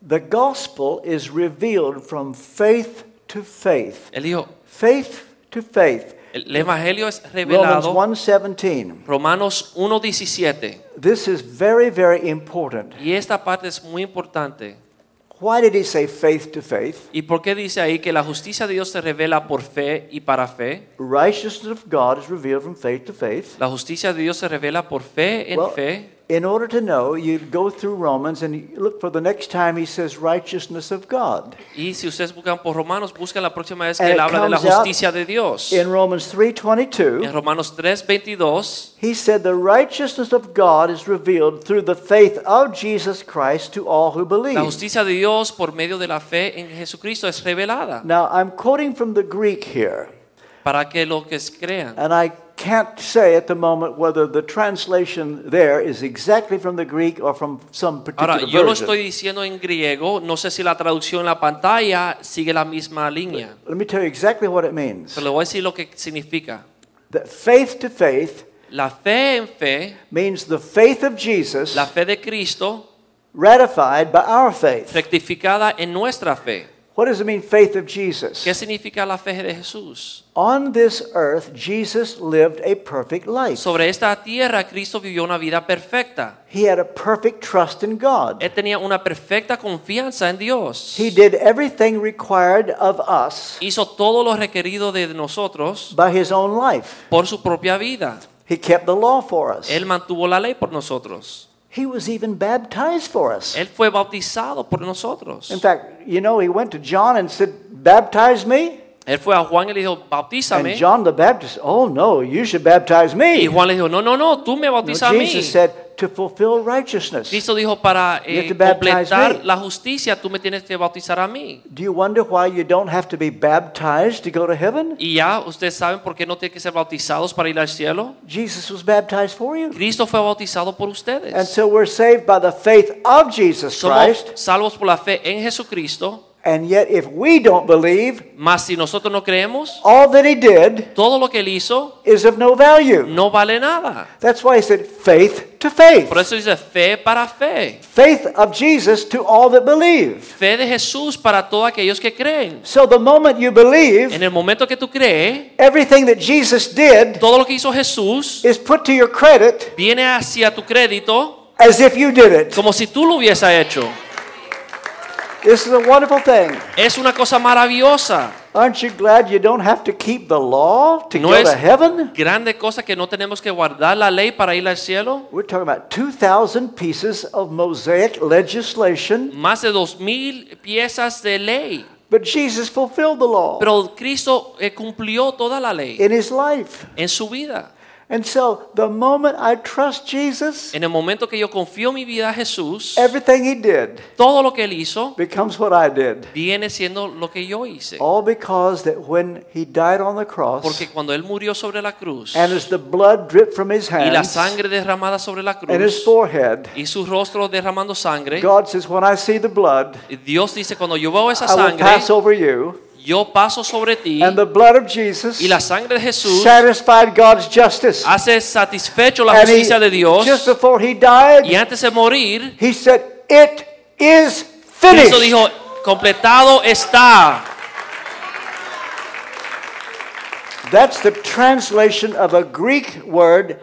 Speaker 2: The gospel is revealed from faith to faith.
Speaker 3: Él dijo,
Speaker 2: Faith to faith.
Speaker 3: el el Evangelio es
Speaker 2: Romans
Speaker 3: revelado.
Speaker 2: 1:17.
Speaker 3: Romanos 1.17.
Speaker 2: This is very very important.
Speaker 3: Y esta parte es muy importante.
Speaker 2: Why did he say faith to faith?
Speaker 3: ¿Y por qué dice ahí que la justicia de Dios se revela por fe y para fe?
Speaker 2: Righteousness of God is revealed from faith to faith.
Speaker 3: La justicia de Dios se revela por fe en
Speaker 2: Well,
Speaker 3: fe.
Speaker 2: in order to know, you go through Romans and you look for the next time he says righteousness of God.
Speaker 3: Y si ustedes buscan por Romanos, buscan la próxima vez
Speaker 2: And
Speaker 3: que él
Speaker 2: it
Speaker 3: habla de la
Speaker 2: comes out
Speaker 3: justicia de Dios.
Speaker 2: In Romans
Speaker 3: En
Speaker 2: 3:22,
Speaker 3: Romanos 3.22
Speaker 2: he said the righteousness of God is revealed through the faith of Jesus Christ to all who
Speaker 3: la
Speaker 2: believe.
Speaker 3: justicia de Dios por medio de la fe en Jesucristo es revelada
Speaker 2: Now, I'm quoting from the Greek here.
Speaker 3: para que los que crean.
Speaker 2: And I can't say at the moment whether the translation there is exactly from the Greek or from some particular
Speaker 3: Ahora, yo lo
Speaker 2: version.
Speaker 3: estoy diciendo en griego, no sé si la traducción en la pantalla sigue la misma línea.
Speaker 2: Let me tell you exactly what it means.
Speaker 3: Pero le voy a decir lo que significa.
Speaker 2: That faith to faith
Speaker 3: La fe en fe,
Speaker 2: means the faith of Jesus
Speaker 3: la fe de Cristo
Speaker 2: ratified by our faith.
Speaker 3: rectificada en nuestra fe.
Speaker 2: What does it mean, faith of Jesus?
Speaker 3: ¿Qué significa la fe de Jesús?
Speaker 2: On this earth, Jesus lived a perfect life.
Speaker 3: Sobre esta tierra Cristo vivió una vida perfecta.
Speaker 2: he had a perfect trust in God.
Speaker 3: Él tenía una perfecta confianza en Dios.
Speaker 2: He did everything required of us
Speaker 3: Hizo todo lo requerido de nosotros
Speaker 2: by his own life.
Speaker 3: por su propia vida.
Speaker 2: He kept the law for us.
Speaker 3: Él mantuvo la ley por nosotros.
Speaker 2: He was even baptized for us.
Speaker 3: Él fue bautizado por nosotros.
Speaker 2: In fact, you know, he went to John and said, Baptize me?
Speaker 3: Él fue a Juan y le dijo,
Speaker 2: And
Speaker 3: bautízame.
Speaker 2: John the Baptist, oh no, you should baptize
Speaker 3: Y
Speaker 2: me.
Speaker 3: Juan le dijo, no, no, no, tú me
Speaker 2: No,
Speaker 3: bautizas a mí.
Speaker 2: Jesus said, to fulfill righteousness.
Speaker 3: Cristo dijo, para
Speaker 2: You have
Speaker 3: eh,
Speaker 2: to baptize me.
Speaker 3: completar la justicia, tú me tienes que bautizar a mí.
Speaker 2: Do you wonder why you don't have to be baptized to go to heaven?
Speaker 3: Y ya ustedes saben por qué no tienen que ser bautizados para ir al cielo.
Speaker 2: Jesus was baptized for you.
Speaker 3: Cristo fue bautizado por ustedes.
Speaker 2: And so we're saved by the faith of Jesus
Speaker 3: Somos
Speaker 2: Christ.
Speaker 3: salvos por la fe en Jesucristo.
Speaker 2: And yet, if we don't believe,
Speaker 3: Mas si nosotros no creemos,
Speaker 2: all that he did
Speaker 3: todo lo que él hizo
Speaker 2: is of no value.
Speaker 3: no vale nada.
Speaker 2: That's why he said, faith to faith.
Speaker 3: Por eso dice fe para fe.
Speaker 2: Faith of Jesus to all that believe.
Speaker 3: Fe de Jesús para todos aquellos que creen.
Speaker 2: So the moment you believe,
Speaker 3: En el momento que tú crees,
Speaker 2: Everything that Jesus did
Speaker 3: todo lo que hizo Jesús
Speaker 2: is put to your credit
Speaker 3: viene hacia tu crédito
Speaker 2: as if you did it.
Speaker 3: como si tú lo hubieses hecho.
Speaker 2: This is a wonderful thing.
Speaker 3: Es una cosa maravillosa.
Speaker 2: Aren't you glad you don't have to keep the law to
Speaker 3: No
Speaker 2: go
Speaker 3: es
Speaker 2: to heaven?
Speaker 3: grande cosa que no tenemos que guardar la ley para ir al cielo.
Speaker 2: We're talking about 2,000 pieces of Mosaic legislation,
Speaker 3: Más de dos mil piezas de ley.
Speaker 2: but Jesus fulfilled the law
Speaker 3: Pero Cristo eh, cumplió toda la ley
Speaker 2: in his life.
Speaker 3: en su vida.
Speaker 2: And so the moment I trust Jesus,
Speaker 3: En el momento que yo confío mi vida a Jesús,
Speaker 2: everything he did
Speaker 3: todo lo que él hizo
Speaker 2: becomes what I did.
Speaker 3: viene siendo lo que yo hice.
Speaker 2: All because that when he died on the cross,
Speaker 3: Porque cuando él murió sobre la cruz
Speaker 2: and as the blood dripped from his
Speaker 3: y la
Speaker 2: hands
Speaker 3: sangre derramada sobre la
Speaker 2: and his
Speaker 3: cruz
Speaker 2: forehead,
Speaker 3: y su rostro derramando sangre,
Speaker 2: God says, when I see the blood,
Speaker 3: Dios dice, cuando yo veo esa
Speaker 2: I will
Speaker 3: sangre,
Speaker 2: pass over you.
Speaker 3: yo paso sobre ti
Speaker 2: And the blood of Jesus
Speaker 3: y la sangre de Jesús
Speaker 2: satisfied God's justice.
Speaker 3: hace satisfecho la
Speaker 2: And he-
Speaker 3: justicia de Dios.
Speaker 2: just before he
Speaker 3: Y
Speaker 2: died,
Speaker 3: antes de morir,
Speaker 2: he said, It is
Speaker 3: Cristo
Speaker 2: finished.
Speaker 3: dijo, completado está.
Speaker 2: That's the translation of a Greek word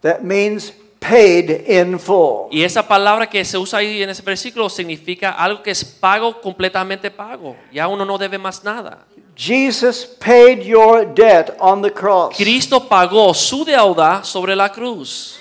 Speaker 2: that means paid in full.
Speaker 3: Y esa palabra que se usa ahí en ese versículo significa algo que es pago, completamente pago. Ya uno no debe más nada.
Speaker 2: Jesus paid your debt on the cross.
Speaker 3: Cristo pagó su deuda sobre la cruz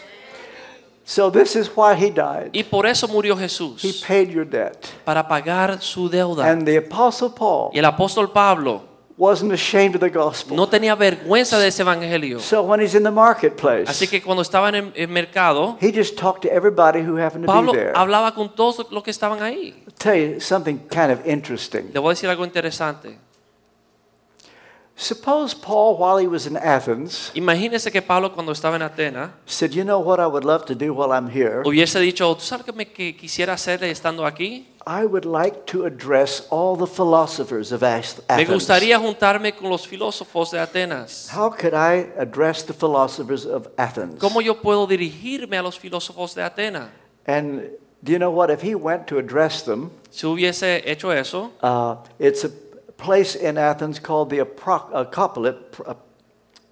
Speaker 2: So this is why he died.
Speaker 3: y por eso murió
Speaker 2: He
Speaker 3: Jesús,
Speaker 2: paid your debt.
Speaker 3: para pagar su deuda.
Speaker 2: And the apostle Paul
Speaker 3: Y el apóstol Pablo
Speaker 2: wasn't ashamed of the gospel.
Speaker 3: no tenía vergüenza de ese evangelio.
Speaker 2: So when he's in the marketplace,
Speaker 3: Así que cuando estaban en el mercado,
Speaker 2: he just talked to everybody who happened to
Speaker 3: Pablo
Speaker 2: be there. I'll
Speaker 3: hablaba con todos los que estaban ahí.
Speaker 2: tell you something kind of interesting.
Speaker 3: Le voy a decir algo interesante.
Speaker 2: Suppose Paul, while he was in Athens,
Speaker 3: Imagínese que Pablo cuando estaba en Atenas
Speaker 2: said, "You know what I would love to do while I'm here?
Speaker 3: hubiese dicho, ¿tú sabes qué me que quisiera hacer estando aquí?
Speaker 2: I would like to address all the philosophers of Ath-
Speaker 3: Me
Speaker 2: Athens."
Speaker 3: gustaría juntarme con los filósofos de Atenas.
Speaker 2: How could I address the philosophers of Athens?
Speaker 3: ¿Cómo yo puedo dirigirme a los filósofos de Atenas?
Speaker 2: And do you know what? If he went to address them,
Speaker 3: Si hubiese hecho eso,
Speaker 2: uh, it's a place in Athens called the Apro- Acropolis. uh,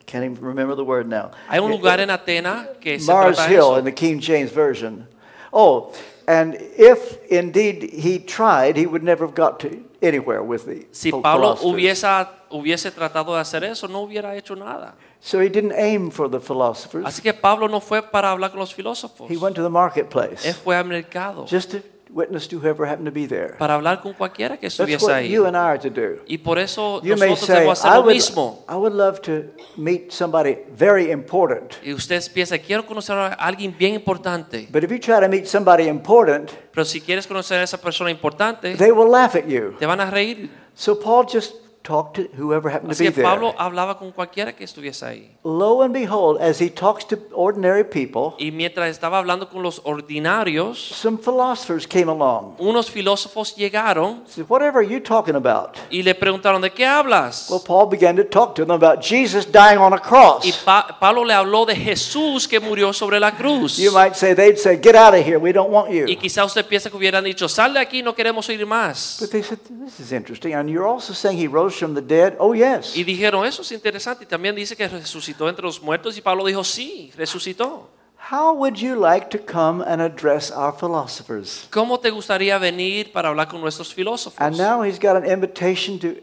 Speaker 2: Can't even remember the word now.
Speaker 3: hay un
Speaker 2: It-
Speaker 3: lugar en Atenas que se
Speaker 2: Eh, Mars
Speaker 3: trata de
Speaker 2: Hill
Speaker 3: eso.
Speaker 2: in the King James Version. Oh, and if indeed he tried, he would never have got to anywhere with the
Speaker 3: Si
Speaker 2: ph-
Speaker 3: Pablo
Speaker 2: philosophers.
Speaker 3: hubiese, hubiese tratado de hacer eso, no hubiera hecho nada.
Speaker 2: So he didn't aim for the philosophers.
Speaker 3: Así que Pablo no fue para hablar con los filósofos.
Speaker 2: He went to the
Speaker 3: Él
Speaker 2: marketplace
Speaker 3: fue al mercado
Speaker 2: just to witness to whoever happened to be there.
Speaker 3: para hablar con cualquiera que
Speaker 2: That's
Speaker 3: estuviese
Speaker 2: what
Speaker 3: ahí.
Speaker 2: you and I are to do.
Speaker 3: Y por eso
Speaker 2: You may
Speaker 3: nosotros
Speaker 2: say,
Speaker 3: debemos hacer
Speaker 2: I
Speaker 3: lo
Speaker 2: would,
Speaker 3: mismo.
Speaker 2: I would love to meet somebody very important.
Speaker 3: Y usted piensa, quiero conocer a alguien bien importante.
Speaker 2: But if you try to meet somebody important,
Speaker 3: Pero si quieres conocer a esa persona importante,
Speaker 2: they will laugh at you.
Speaker 3: te van a reír.
Speaker 2: So Paul just talked to whoever happened to
Speaker 3: Así
Speaker 2: be
Speaker 3: que Pablo
Speaker 2: there.
Speaker 3: hablaba con cualquiera que estuviese ahí.
Speaker 2: Lo and behold, as he talks to ordinary people,
Speaker 3: Y mientras estaba hablando con los ordinarios,
Speaker 2: some philosophers came along.
Speaker 3: unos filósofos llegaron
Speaker 2: Said, Whatever are you talking about?
Speaker 3: y le preguntaron, ¿de qué hablas?
Speaker 2: Well, Paul began to talk to them about Jesus dying on a
Speaker 3: Y
Speaker 2: cross.
Speaker 3: Pa- Pablo le habló de Jesús que murió sobre la cruz.
Speaker 2: You might say, they'd say, Get out of here, we don't want you.
Speaker 3: Y quizá usted piensa que hubieran dicho, sal de aquí, no queremos ir más.
Speaker 2: But they said, This is interesting. And you're also saying he rose from the dead? Oh, yes.
Speaker 3: Y dijeron, eso es interesante. Y también dice que resucitó entre los muertos. Y Pablo dijo, sí, resucitó.
Speaker 2: How would you like to come and address our philosophers?
Speaker 3: ¿Cómo te gustaría venir para hablar con nuestros filósofos?
Speaker 2: And now he's got an invitation to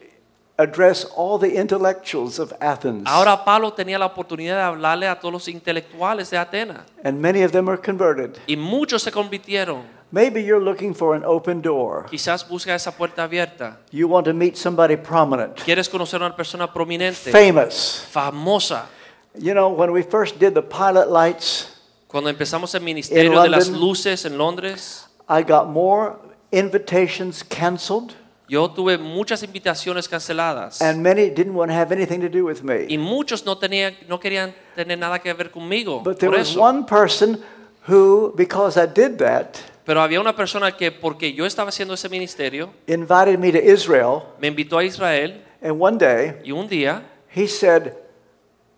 Speaker 2: address all the intellectuals of Athens.
Speaker 3: Ahora Pablo tenía la oportunidad de hablarle a todos los intelectuales de Atenas.
Speaker 2: And many of them are converted.
Speaker 3: Y muchos se convirtieron.
Speaker 2: Maybe you're looking for an open door.
Speaker 3: Quizás busca esa puerta abierta.
Speaker 2: You want to meet somebody prominent,
Speaker 3: ¿Quieres conocer a una persona prominente?
Speaker 2: famous.
Speaker 3: famosa.
Speaker 2: You know, when we first did the pilot lights,
Speaker 3: Cuando empezamos el ministerio de las
Speaker 2: London.
Speaker 3: luces en Londres,
Speaker 2: I got more invitations canceled,
Speaker 3: yo tuve muchas invitaciones canceladas.
Speaker 2: and many didn't want to have anything to do with
Speaker 3: y
Speaker 2: me.
Speaker 3: muchos no, tenían, no querían tener nada que ver conmigo.
Speaker 2: But there
Speaker 3: por
Speaker 2: was
Speaker 3: eso.
Speaker 2: one person who, because I did that,
Speaker 3: Pero había una persona que, porque yo estaba haciendo ese ministerio,
Speaker 2: invited me to Israel.
Speaker 3: me invitó a Israel
Speaker 2: And one day,
Speaker 3: y un día
Speaker 2: he said,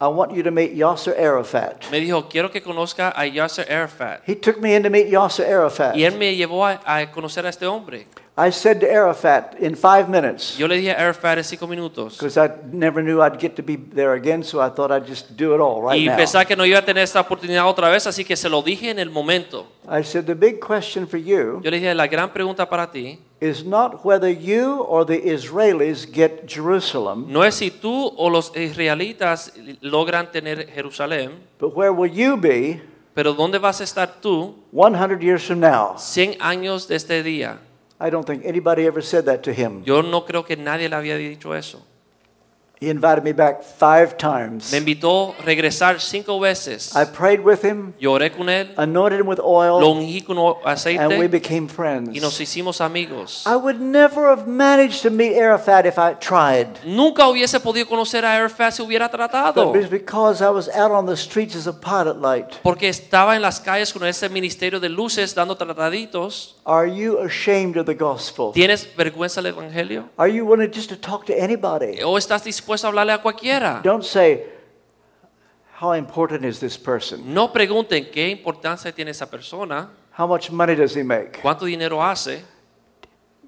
Speaker 2: I want you to meet Yasser Arafat.
Speaker 3: me dijo, quiero que conozca a Yasser Arafat.
Speaker 2: He took me in to meet Yasser
Speaker 3: Y él
Speaker 2: Arafat.
Speaker 3: me llevó a, a conocer a este hombre.
Speaker 2: I said to Arafat, in five minutes,
Speaker 3: Yo le dije a Arafat en cinco minutos.
Speaker 2: because I never knew I'd get to be there again, so I thought I'd just do it all right
Speaker 3: Y
Speaker 2: now.
Speaker 3: pensaba que no iba a tener esta oportunidad otra vez, así que se lo dije en el momento.
Speaker 2: I said, the big question for you
Speaker 3: Yo le dije, la gran pregunta para ti
Speaker 2: is not whether you or the Israelis get Jerusalem,
Speaker 3: no es si tú o los israelitas logran tener Jerusalén,
Speaker 2: but where will you be
Speaker 3: pero ¿dónde vas a estar tú
Speaker 2: 100 years from now?
Speaker 3: 100 años de este día?
Speaker 2: I don't think anybody ever said that to him.
Speaker 3: Yo no creo que nadie le había dicho eso.
Speaker 2: He invited me back five times.
Speaker 3: Me invitó a regresar cinco veces.
Speaker 2: I prayed with him,
Speaker 3: Yo oré con él,
Speaker 2: anointed him with
Speaker 3: lo
Speaker 2: oil,
Speaker 3: ungí con o-
Speaker 2: and we
Speaker 3: aceite
Speaker 2: became
Speaker 3: y nos
Speaker 2: friends.
Speaker 3: hicimos amigos.
Speaker 2: I would never have managed to meet Arafat if I tried.
Speaker 3: Nunca hubiese podido conocer a Airfast si hubiera tratado.
Speaker 2: But it's because I was out on the streets as a pilot light.
Speaker 3: Porque estaba en las calles con ese ministerio de luces dando trataditos.
Speaker 2: Are you ashamed of the gospel?
Speaker 3: ¿Tienes vergüenza del evangelio?
Speaker 2: Are you willing just to talk to anybody?
Speaker 3: ¿O estás dispuesto a hablarle a cualquiera?
Speaker 2: Don't say, How important is this person?
Speaker 3: No pregunten qué importancia tiene esa persona,
Speaker 2: How much money does he make?
Speaker 3: cuánto dinero hace,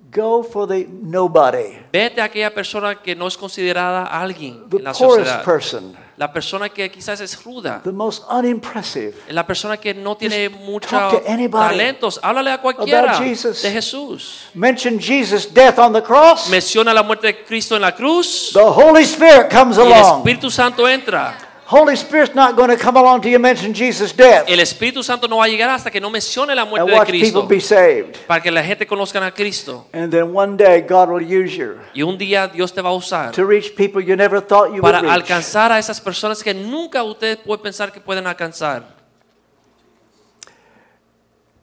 Speaker 2: Go for the nobody,
Speaker 3: Vete a aquella persona que no es considerada alguien
Speaker 2: the
Speaker 3: en la
Speaker 2: poorest
Speaker 3: sociedad.
Speaker 2: person,
Speaker 3: La persona que quizás es ruda.
Speaker 2: the most unimpressive.
Speaker 3: La persona que no tiene muchos
Speaker 2: talk to anybody
Speaker 3: talentos. Háblale a cualquiera
Speaker 2: about Jesus.
Speaker 3: de Jesús.
Speaker 2: Mention Jesus' death on the cross,
Speaker 3: Menciona la muerte de Cristo en la cruz.
Speaker 2: the Holy Spirit comes
Speaker 3: Y el
Speaker 2: along.
Speaker 3: Espíritu Santo entra.
Speaker 2: Holy Spirit's not going to come along till you mention Jesus' death
Speaker 3: El Espíritu Santo no va a llegar hasta que no mencione la
Speaker 2: and
Speaker 3: muerte de
Speaker 2: watch people
Speaker 3: Cristo.
Speaker 2: be saved.
Speaker 3: Para que la gente conozca a Cristo.
Speaker 2: And then one day God will use you
Speaker 3: Y un día Dios te va a usar
Speaker 2: to reach people you never thought you
Speaker 3: para
Speaker 2: would reach.
Speaker 3: alcanzar a esas personas que nunca ustedes pueden pensar que pueden alcanzar.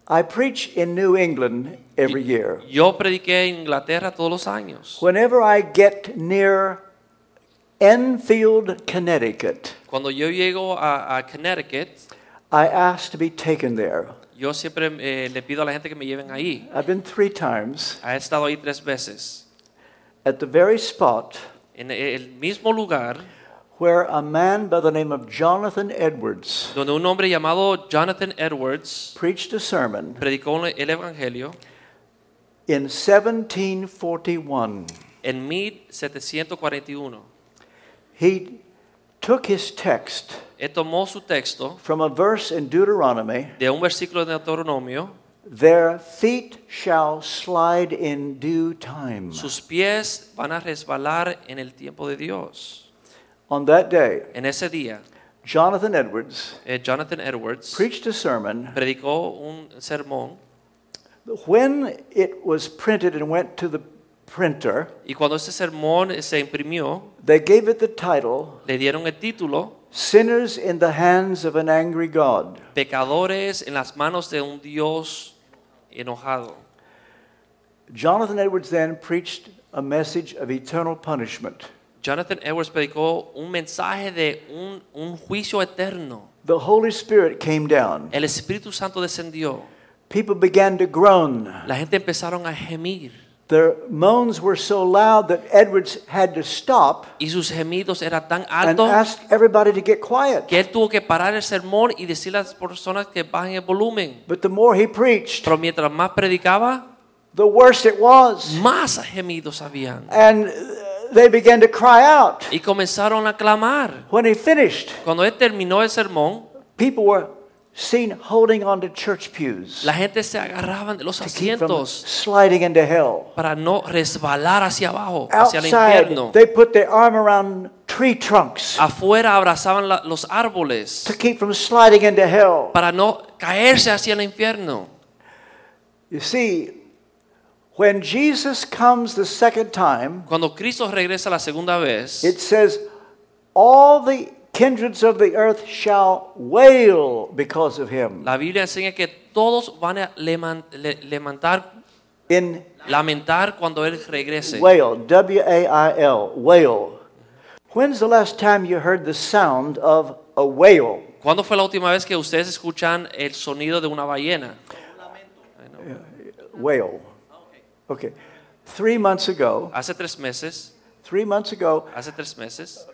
Speaker 2: I preach in New England every year.
Speaker 3: Yo prediqué en Inglaterra todos los años.
Speaker 2: Whenever I get near Enfield, Connecticut,
Speaker 3: Cuando yo llego a, a Connecticut,
Speaker 2: I ask to be taken there.
Speaker 3: yo siempre eh, le pido a la gente que me lleven ahí.
Speaker 2: I've been three times
Speaker 3: He estado ahí tres veces.
Speaker 2: at the very spot
Speaker 3: En el mismo lugar
Speaker 2: where a man by the name of Jonathan Edwards
Speaker 3: donde un hombre llamado Jonathan Edwards
Speaker 2: preached a sermon
Speaker 3: predicó el Evangelio
Speaker 2: in 1741.
Speaker 3: en 1741.
Speaker 2: He took his text
Speaker 3: Él tomó su texto
Speaker 2: from a verse in Deuteronomy
Speaker 3: de un versículo de Deuteronomio.
Speaker 2: Their feet shall slide in due time.
Speaker 3: Sus pies van a resbalar en el tiempo de Dios.
Speaker 2: On that day,
Speaker 3: En ese día,
Speaker 2: Jonathan Edwards
Speaker 3: eh, Jonathan Edwards
Speaker 2: preached a sermon
Speaker 3: predicó un sermón
Speaker 2: When it was printed and went to the printer,
Speaker 3: y cuando ese sermón se imprimió,
Speaker 2: they gave it the title
Speaker 3: le dieron el título
Speaker 2: Sinners in the Hands of an Angry God.
Speaker 3: Pecadores en las manos de un Dios enojado.
Speaker 2: Jonathan Edwards then preached a message of eternal punishment.
Speaker 3: Jonathan Edwards predicó un mensaje de un, un juicio eterno.
Speaker 2: The Holy Spirit came down.
Speaker 3: El Espíritu Santo descendió.
Speaker 2: People began to groan.
Speaker 3: La gente empezaron a gemir
Speaker 2: Their moans were so loud that Edwards had to stop
Speaker 3: y sus gemidos eran tan
Speaker 2: and
Speaker 3: altos
Speaker 2: ask everybody to get quiet.
Speaker 3: que él tuvo que parar el sermón y decirle a las personas que bajen el volumen.
Speaker 2: But the more he preached,
Speaker 3: Pero mientras más predicaba,
Speaker 2: the worse it was.
Speaker 3: más gemidos habían.
Speaker 2: And uh, they began to cry out.
Speaker 3: Y comenzaron a clamar.
Speaker 2: When he finished,
Speaker 3: Cuando él terminó el sermón,
Speaker 2: People were seen holding onto church pews
Speaker 3: la gente se agarraban de los
Speaker 2: to keep from
Speaker 3: asientos
Speaker 2: sliding into hell.
Speaker 3: para no resbalar hacia abajo, hacia el infierno.
Speaker 2: Outside, they put their arm around tree trunks
Speaker 3: Afuera abrazaban la- los árboles
Speaker 2: to keep from sliding into hell.
Speaker 3: para no caerse hacia el infierno.
Speaker 2: You see, when Jesus comes the second time,
Speaker 3: Cuando Cristo regresa la segunda vez,
Speaker 2: it says, All the kindreds of the earth shall wail because of him.
Speaker 3: la Biblia enseña que todos van a leman- le- levantar,
Speaker 2: In
Speaker 3: lamentar cuando Él regrese.
Speaker 2: wail, W A I L, wail. When's the last time you heard the sound of a wail?
Speaker 3: ¿Cuándo fue la última vez que ustedes escuchan el sonido de una ballena?
Speaker 2: Whale. Okay. Three months ago,
Speaker 3: Hace tres meses,
Speaker 2: three months ago,
Speaker 3: hace tres meses,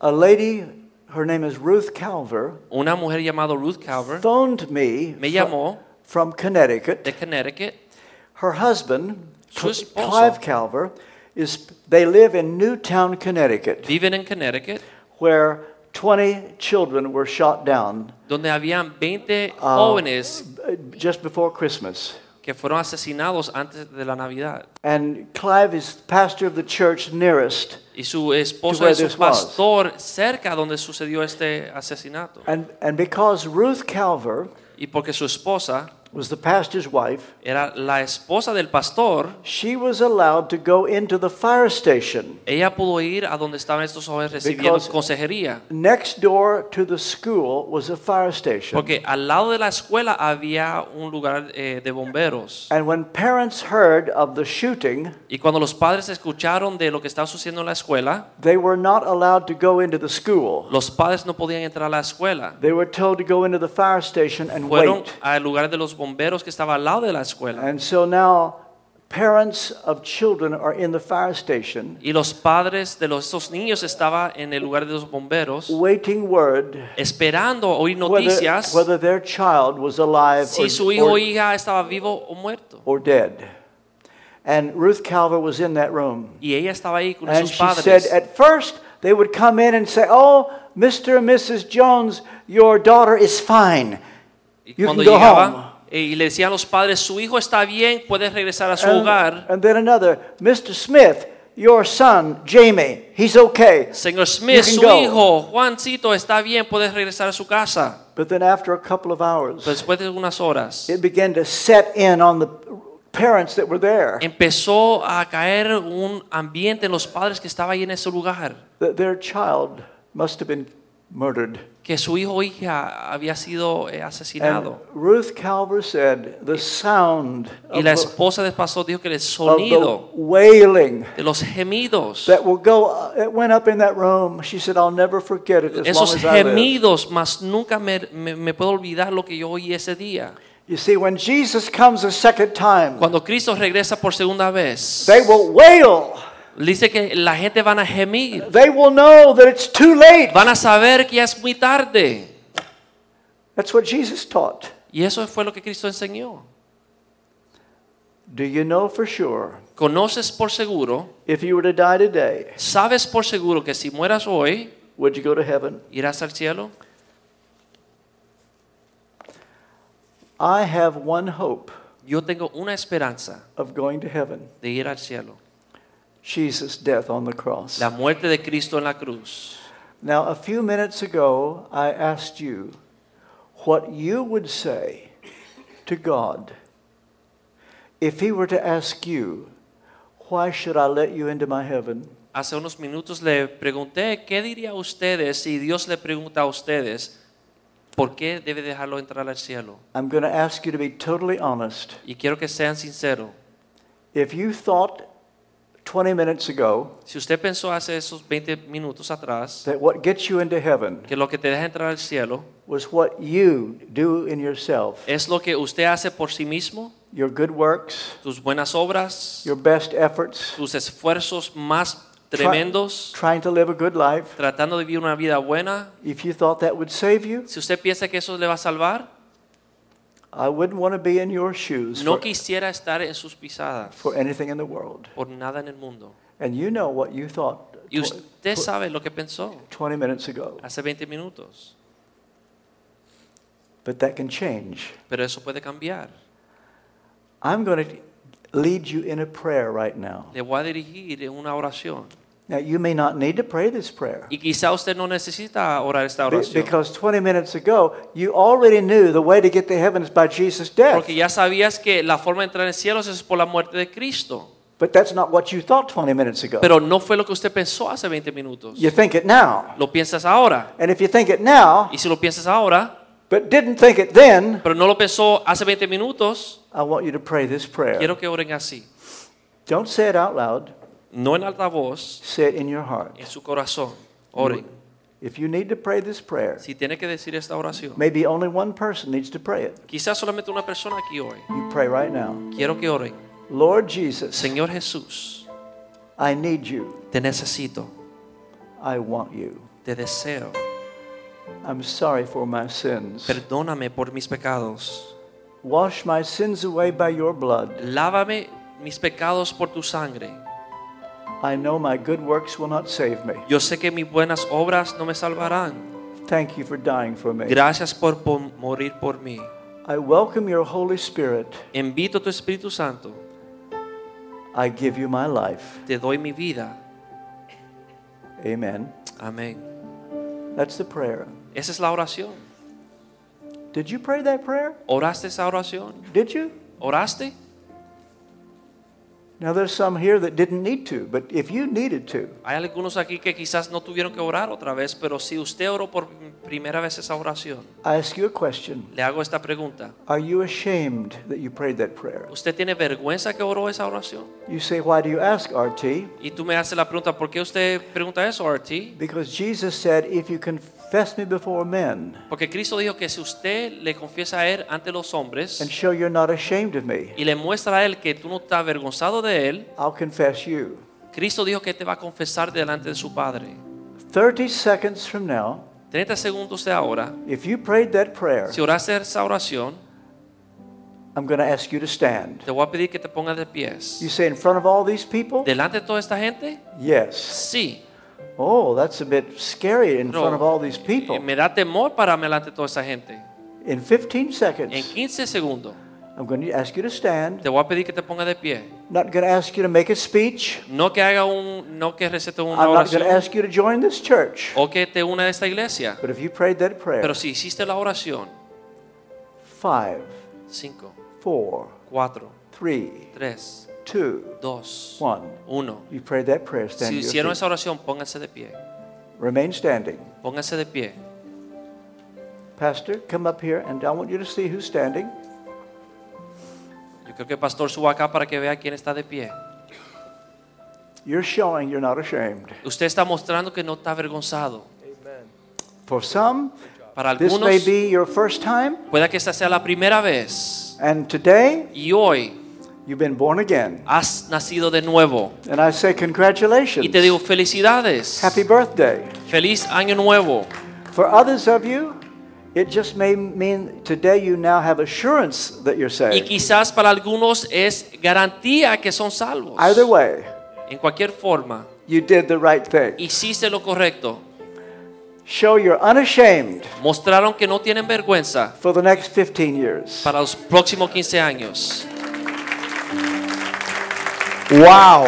Speaker 2: a lady, her name is Ruth Calver,
Speaker 3: una mujer llamada Ruth Calver
Speaker 2: phoned me
Speaker 3: me
Speaker 2: fro-
Speaker 3: llamó
Speaker 2: from Connecticut.
Speaker 3: de Connecticut.
Speaker 2: Her husband,
Speaker 3: Su
Speaker 2: Cl-
Speaker 3: esposo.
Speaker 2: Clive Calver, is they live in Newtown, Connecticut,
Speaker 3: Viven en Connecticut,
Speaker 2: where 20 children were shot down
Speaker 3: donde habían 20
Speaker 2: uh,
Speaker 3: jóvenes
Speaker 2: b- just before Christmas.
Speaker 3: que fueron asesinados antes de la Navidad.
Speaker 2: And Clive is pastor of the church nearest.
Speaker 3: Y su
Speaker 2: To
Speaker 3: esposo
Speaker 2: where
Speaker 3: es
Speaker 2: this
Speaker 3: un
Speaker 2: was.
Speaker 3: pastor cerca donde sucedió este asesinato.
Speaker 2: And, and because Ruth Calver
Speaker 3: Y porque su esposa
Speaker 2: was the pastor's wife,
Speaker 3: era la esposa del pastor,
Speaker 2: She was allowed to go into the fire station
Speaker 3: ella pudo ir a donde estaban estos jóvenes recibiendo
Speaker 2: Because-
Speaker 3: consejería.
Speaker 2: next door to the school was a fire station.
Speaker 3: Porque al lado de la escuela había un lugar eh, de bomberos.
Speaker 2: And when parents heard of the shooting,
Speaker 3: Y cuando los padres escucharon de lo que estaba sucediendo en la escuela,
Speaker 2: they were not allowed to go into the school.
Speaker 3: los padres no podían entrar a la escuela.
Speaker 2: They were told to go into the fire station and
Speaker 3: Fueron
Speaker 2: wait.
Speaker 3: al lugar de los bomberos que estaba al lado de la escuela.
Speaker 2: And so now parents of children are in the fire station
Speaker 3: Y los padres de los, estos niños estaban en el lugar de los bomberos
Speaker 2: waiting word
Speaker 3: esperando oír
Speaker 2: whether,
Speaker 3: noticias
Speaker 2: whether their child was alive
Speaker 3: si
Speaker 2: or-
Speaker 3: su hijo o
Speaker 2: or,
Speaker 3: hija estaba vivo o muerto.
Speaker 2: or dead. And Ruth Calver was in that room.
Speaker 3: Y ella estaba ahí con
Speaker 2: And
Speaker 3: sus
Speaker 2: she said,
Speaker 3: padres.
Speaker 2: at first, they would come in and say, Oh, Mr. and Mrs. Jones, your daughter is fine.
Speaker 3: y
Speaker 2: You can
Speaker 3: cuando
Speaker 2: go
Speaker 3: llegaban
Speaker 2: home.
Speaker 3: eh, y le decían a los padres, su hijo está bien, puede regresar a su
Speaker 2: And, uh,
Speaker 3: hogar.
Speaker 2: and then another, Mr. Smith, your son, Jamie, he's okay.
Speaker 3: Señor Smith,
Speaker 2: can
Speaker 3: su
Speaker 2: go.
Speaker 3: hijo, Juancito, está bien, puede regresar a su casa.
Speaker 2: But then after a couple of hours,
Speaker 3: Pero después de unas horas,
Speaker 2: it began to set in on the parents that were there.
Speaker 3: empezó a caer un ambiente en los padres que estaba ahí en ese lugar,
Speaker 2: that their child must have been murdered.
Speaker 3: que su hijo o hija había sido eh,
Speaker 2: And
Speaker 3: asesinado.
Speaker 2: Ruth Calver said, the sound
Speaker 3: Y
Speaker 2: of
Speaker 3: la
Speaker 2: the,
Speaker 3: esposa de pastor dijo que el
Speaker 2: of the
Speaker 3: sonido
Speaker 2: wailing
Speaker 3: de los gemidos,
Speaker 2: that will go, it went up in that room. She said, I'll never forget it as long
Speaker 3: esos
Speaker 2: as I live.
Speaker 3: gemidos, más nunca me, me- me puedo olvidar lo que yo oí ese día.
Speaker 2: You see, when Jesus comes a second time,
Speaker 3: Cuando Cristo regresa por segunda vez,
Speaker 2: they will wail.
Speaker 3: dice que la gente van a gemir,
Speaker 2: They will know that it's too late.
Speaker 3: van a saber que ya es muy tarde.
Speaker 2: That's what Jesus taught.
Speaker 3: Y eso fue lo que Cristo enseñó.
Speaker 2: Do you know for sure
Speaker 3: Conoces por seguro,
Speaker 2: if you were to die today,
Speaker 3: sabes por seguro que si mueras hoy,
Speaker 2: would you go to heaven?
Speaker 3: irás al cielo.
Speaker 2: I have one hope
Speaker 3: Yo tengo una esperanza
Speaker 2: of going to heaven
Speaker 3: de ir al cielo.
Speaker 2: Jesus' death on the cross.
Speaker 3: La muerte de Cristo en la cruz.
Speaker 2: Now, a few minutes ago, I asked you what you would say to God if He were to ask you, Why should I let you into my heaven?
Speaker 3: Hace unos minutos le pregunté, ¿qué diría ustedes si Dios le pregunta a ustedes, ¿por qué debe dejarlo entrar al cielo?
Speaker 2: I'm going to ask you to be totally honest.
Speaker 3: Y quiero que sean sinceros.
Speaker 2: If you thought 20 minutes ago
Speaker 3: Si usted pensó hace esos 20 minutos atrás
Speaker 2: that what gets you into heaven
Speaker 3: que lo que te deja entrar al cielo
Speaker 2: was what you do in yourself,
Speaker 3: es lo que usted hace por sí mismo,
Speaker 2: your good works,
Speaker 3: tus buenas obras,
Speaker 2: your best efforts,
Speaker 3: tus esfuerzos más
Speaker 2: try-
Speaker 3: tremendos,
Speaker 2: trying to live a good life,
Speaker 3: tratando de vivir una vida buena,
Speaker 2: if you thought that would save you,
Speaker 3: si usted piensa que eso le va a salvar,
Speaker 2: I wouldn't want to be in your shoes
Speaker 3: no
Speaker 2: for,
Speaker 3: quisiera estar en sus pisadas
Speaker 2: for anything in the world.
Speaker 3: por nada en el mundo.
Speaker 2: And you know what you thought
Speaker 3: Y
Speaker 2: tw-
Speaker 3: usted sabe lo que pensó
Speaker 2: 20 minutes ago.
Speaker 3: hace 20 minutos,
Speaker 2: But that can change.
Speaker 3: pero eso puede cambiar.
Speaker 2: I'm going to lead you in a prayer right now.
Speaker 3: Le voy a dirigir en una oración.
Speaker 2: Now, you may not need to pray this prayer.
Speaker 3: Y quizá usted no necesita orar esta
Speaker 2: Be-
Speaker 3: oración.
Speaker 2: Because 20 minutes ago, you already knew the way to get to heaven is by Jesus' death.
Speaker 3: Porque ya sabías que la forma de entrar en el cielo es por la muerte de Cristo.
Speaker 2: But that's not what you thought 20 minutes ago.
Speaker 3: Pero no fue lo que usted pensó hace 20 minutos.
Speaker 2: You think it now.
Speaker 3: Lo piensas ahora.
Speaker 2: And if you think it now,
Speaker 3: Y si lo piensas ahora,
Speaker 2: but didn't think it then,
Speaker 3: pero no lo pensó hace 20 minutos,
Speaker 2: I want you to pray this prayer.
Speaker 3: quiero que oren así.
Speaker 2: Don't say it out loud,
Speaker 3: No en alta voz,
Speaker 2: say it in your heart.
Speaker 3: en su corazón. Oren.
Speaker 2: Mm. If you need to pray this prayer,
Speaker 3: Si tiene que decir esta oración.
Speaker 2: maybe only one person needs to pray it.
Speaker 3: Quizás solamente una persona aquí hoy.
Speaker 2: You pray right now.
Speaker 3: Quiero que oren.
Speaker 2: Lord Jesus,
Speaker 3: Señor Jesús,
Speaker 2: I need you.
Speaker 3: te necesito,
Speaker 2: I want you.
Speaker 3: te deseo.
Speaker 2: I'm sorry for my sins.
Speaker 3: Perdóname por mis pecados.
Speaker 2: Wash my sins away by your blood.
Speaker 3: Lávame mis pecados por tu sangre.
Speaker 2: I know my good works will not save me.
Speaker 3: Yo sé que mis buenas obras no me salvarán.
Speaker 2: Thank you for dying for me.
Speaker 3: Gracias por, por morir por mí.
Speaker 2: I welcome your Holy Spirit.
Speaker 3: Invito a tu Espíritu Santo.
Speaker 2: I give you my life.
Speaker 3: Te doy mi vida.
Speaker 2: Amen.
Speaker 3: Amén.
Speaker 2: That's the prayer.
Speaker 3: Esa es la oración.
Speaker 2: Did you pray that prayer?
Speaker 3: ¿Oraste esa oración?
Speaker 2: Did you?
Speaker 3: ¿Oraste?
Speaker 2: Now there's some here that didn't need to, but if you needed to,
Speaker 3: Hay algunos aquí que quizás no tuvieron que orar otra vez, pero si usted oró por primera vez esa oración,
Speaker 2: I ask you a question.
Speaker 3: le hago esta pregunta.
Speaker 2: Are you ashamed that you prayed that prayer?
Speaker 3: ¿Usted tiene vergüenza que oró esa oración?
Speaker 2: You say, Why do you ask, RT?
Speaker 3: Y tú me haces la pregunta, ¿por qué usted pregunta eso, RT?
Speaker 2: Because Jesus said, If you confess me before men
Speaker 3: Porque Cristo dijo que si usted le confiesa a Él ante los
Speaker 2: and
Speaker 3: hombres
Speaker 2: show you're not ashamed of me,
Speaker 3: y le muestra a Él que tú no estás avergonzado de Él,
Speaker 2: I'll confess you.
Speaker 3: Cristo dijo que te va a confesar delante de su Padre.
Speaker 2: 30 seconds from now,
Speaker 3: 30 segundos de ahora,
Speaker 2: if you prayed that prayer,
Speaker 3: si oraste esa oración,
Speaker 2: I'm going to ask you to stand.
Speaker 3: Te voy a pedir que te pongas de
Speaker 2: You
Speaker 3: pies.
Speaker 2: say, in front of all these people?
Speaker 3: ¿Delante de toda esta gente?
Speaker 2: Yes.
Speaker 3: Sí.
Speaker 2: Oh, that's a bit scary in
Speaker 3: Pero,
Speaker 2: front of all these
Speaker 3: eh,
Speaker 2: people.
Speaker 3: me da temor pararme delante de toda esa gente.
Speaker 2: In 15
Speaker 3: En
Speaker 2: seconds,
Speaker 3: 15 segundos
Speaker 2: I'm going to ask you to stand.
Speaker 3: te voy a pedir que te pongas de pie.
Speaker 2: Not going to ask you to make a speech.
Speaker 3: No que haga un, no que recete una
Speaker 2: I'm not going to
Speaker 3: oración
Speaker 2: ask you to join this church.
Speaker 3: o que te una a esta iglesia.
Speaker 2: But if you prayed that prayer,
Speaker 3: Pero si hiciste la oración,
Speaker 2: five,
Speaker 3: 5,
Speaker 2: four,
Speaker 3: 4,
Speaker 2: three,
Speaker 3: 3,
Speaker 2: two,
Speaker 3: 2,
Speaker 2: one.
Speaker 3: 1.
Speaker 2: You prayed that prayer. Stand
Speaker 3: Si
Speaker 2: to your
Speaker 3: hicieron
Speaker 2: feet.
Speaker 3: esa oración, pónganse de pie.
Speaker 2: Remain standing.
Speaker 3: Pónganse de pie.
Speaker 2: Pastor, come up here, and I want you to see who's standing.
Speaker 3: Yo creo que el pastor suba acá para que vea quién está de pie.
Speaker 2: You're showing you're not ashamed.
Speaker 3: Usted está mostrando que no está avergonzado.
Speaker 2: For some,
Speaker 3: Para
Speaker 2: this
Speaker 3: algunos,
Speaker 2: may be your first time,
Speaker 3: pueda que esta sea la primera vez.
Speaker 2: and today
Speaker 3: Y hoy
Speaker 2: you've been born again.
Speaker 3: has nacido de nuevo.
Speaker 2: And I say, congratulations.
Speaker 3: Y te digo felicidades.
Speaker 2: Happy birthday.
Speaker 3: Feliz año nuevo.
Speaker 2: For others of you, it just may mean today you now have assurance that you're
Speaker 3: Y
Speaker 2: saved.
Speaker 3: quizás para algunos es garantía que son salvos.
Speaker 2: Either way,
Speaker 3: En cualquier forma,
Speaker 2: you did the right thing.
Speaker 3: hiciste lo correcto.
Speaker 2: Show you're unashamed
Speaker 3: Mostraron que no tienen vergüenza
Speaker 2: for the next 15 years.
Speaker 3: para los próximos 15 años.
Speaker 2: Wow.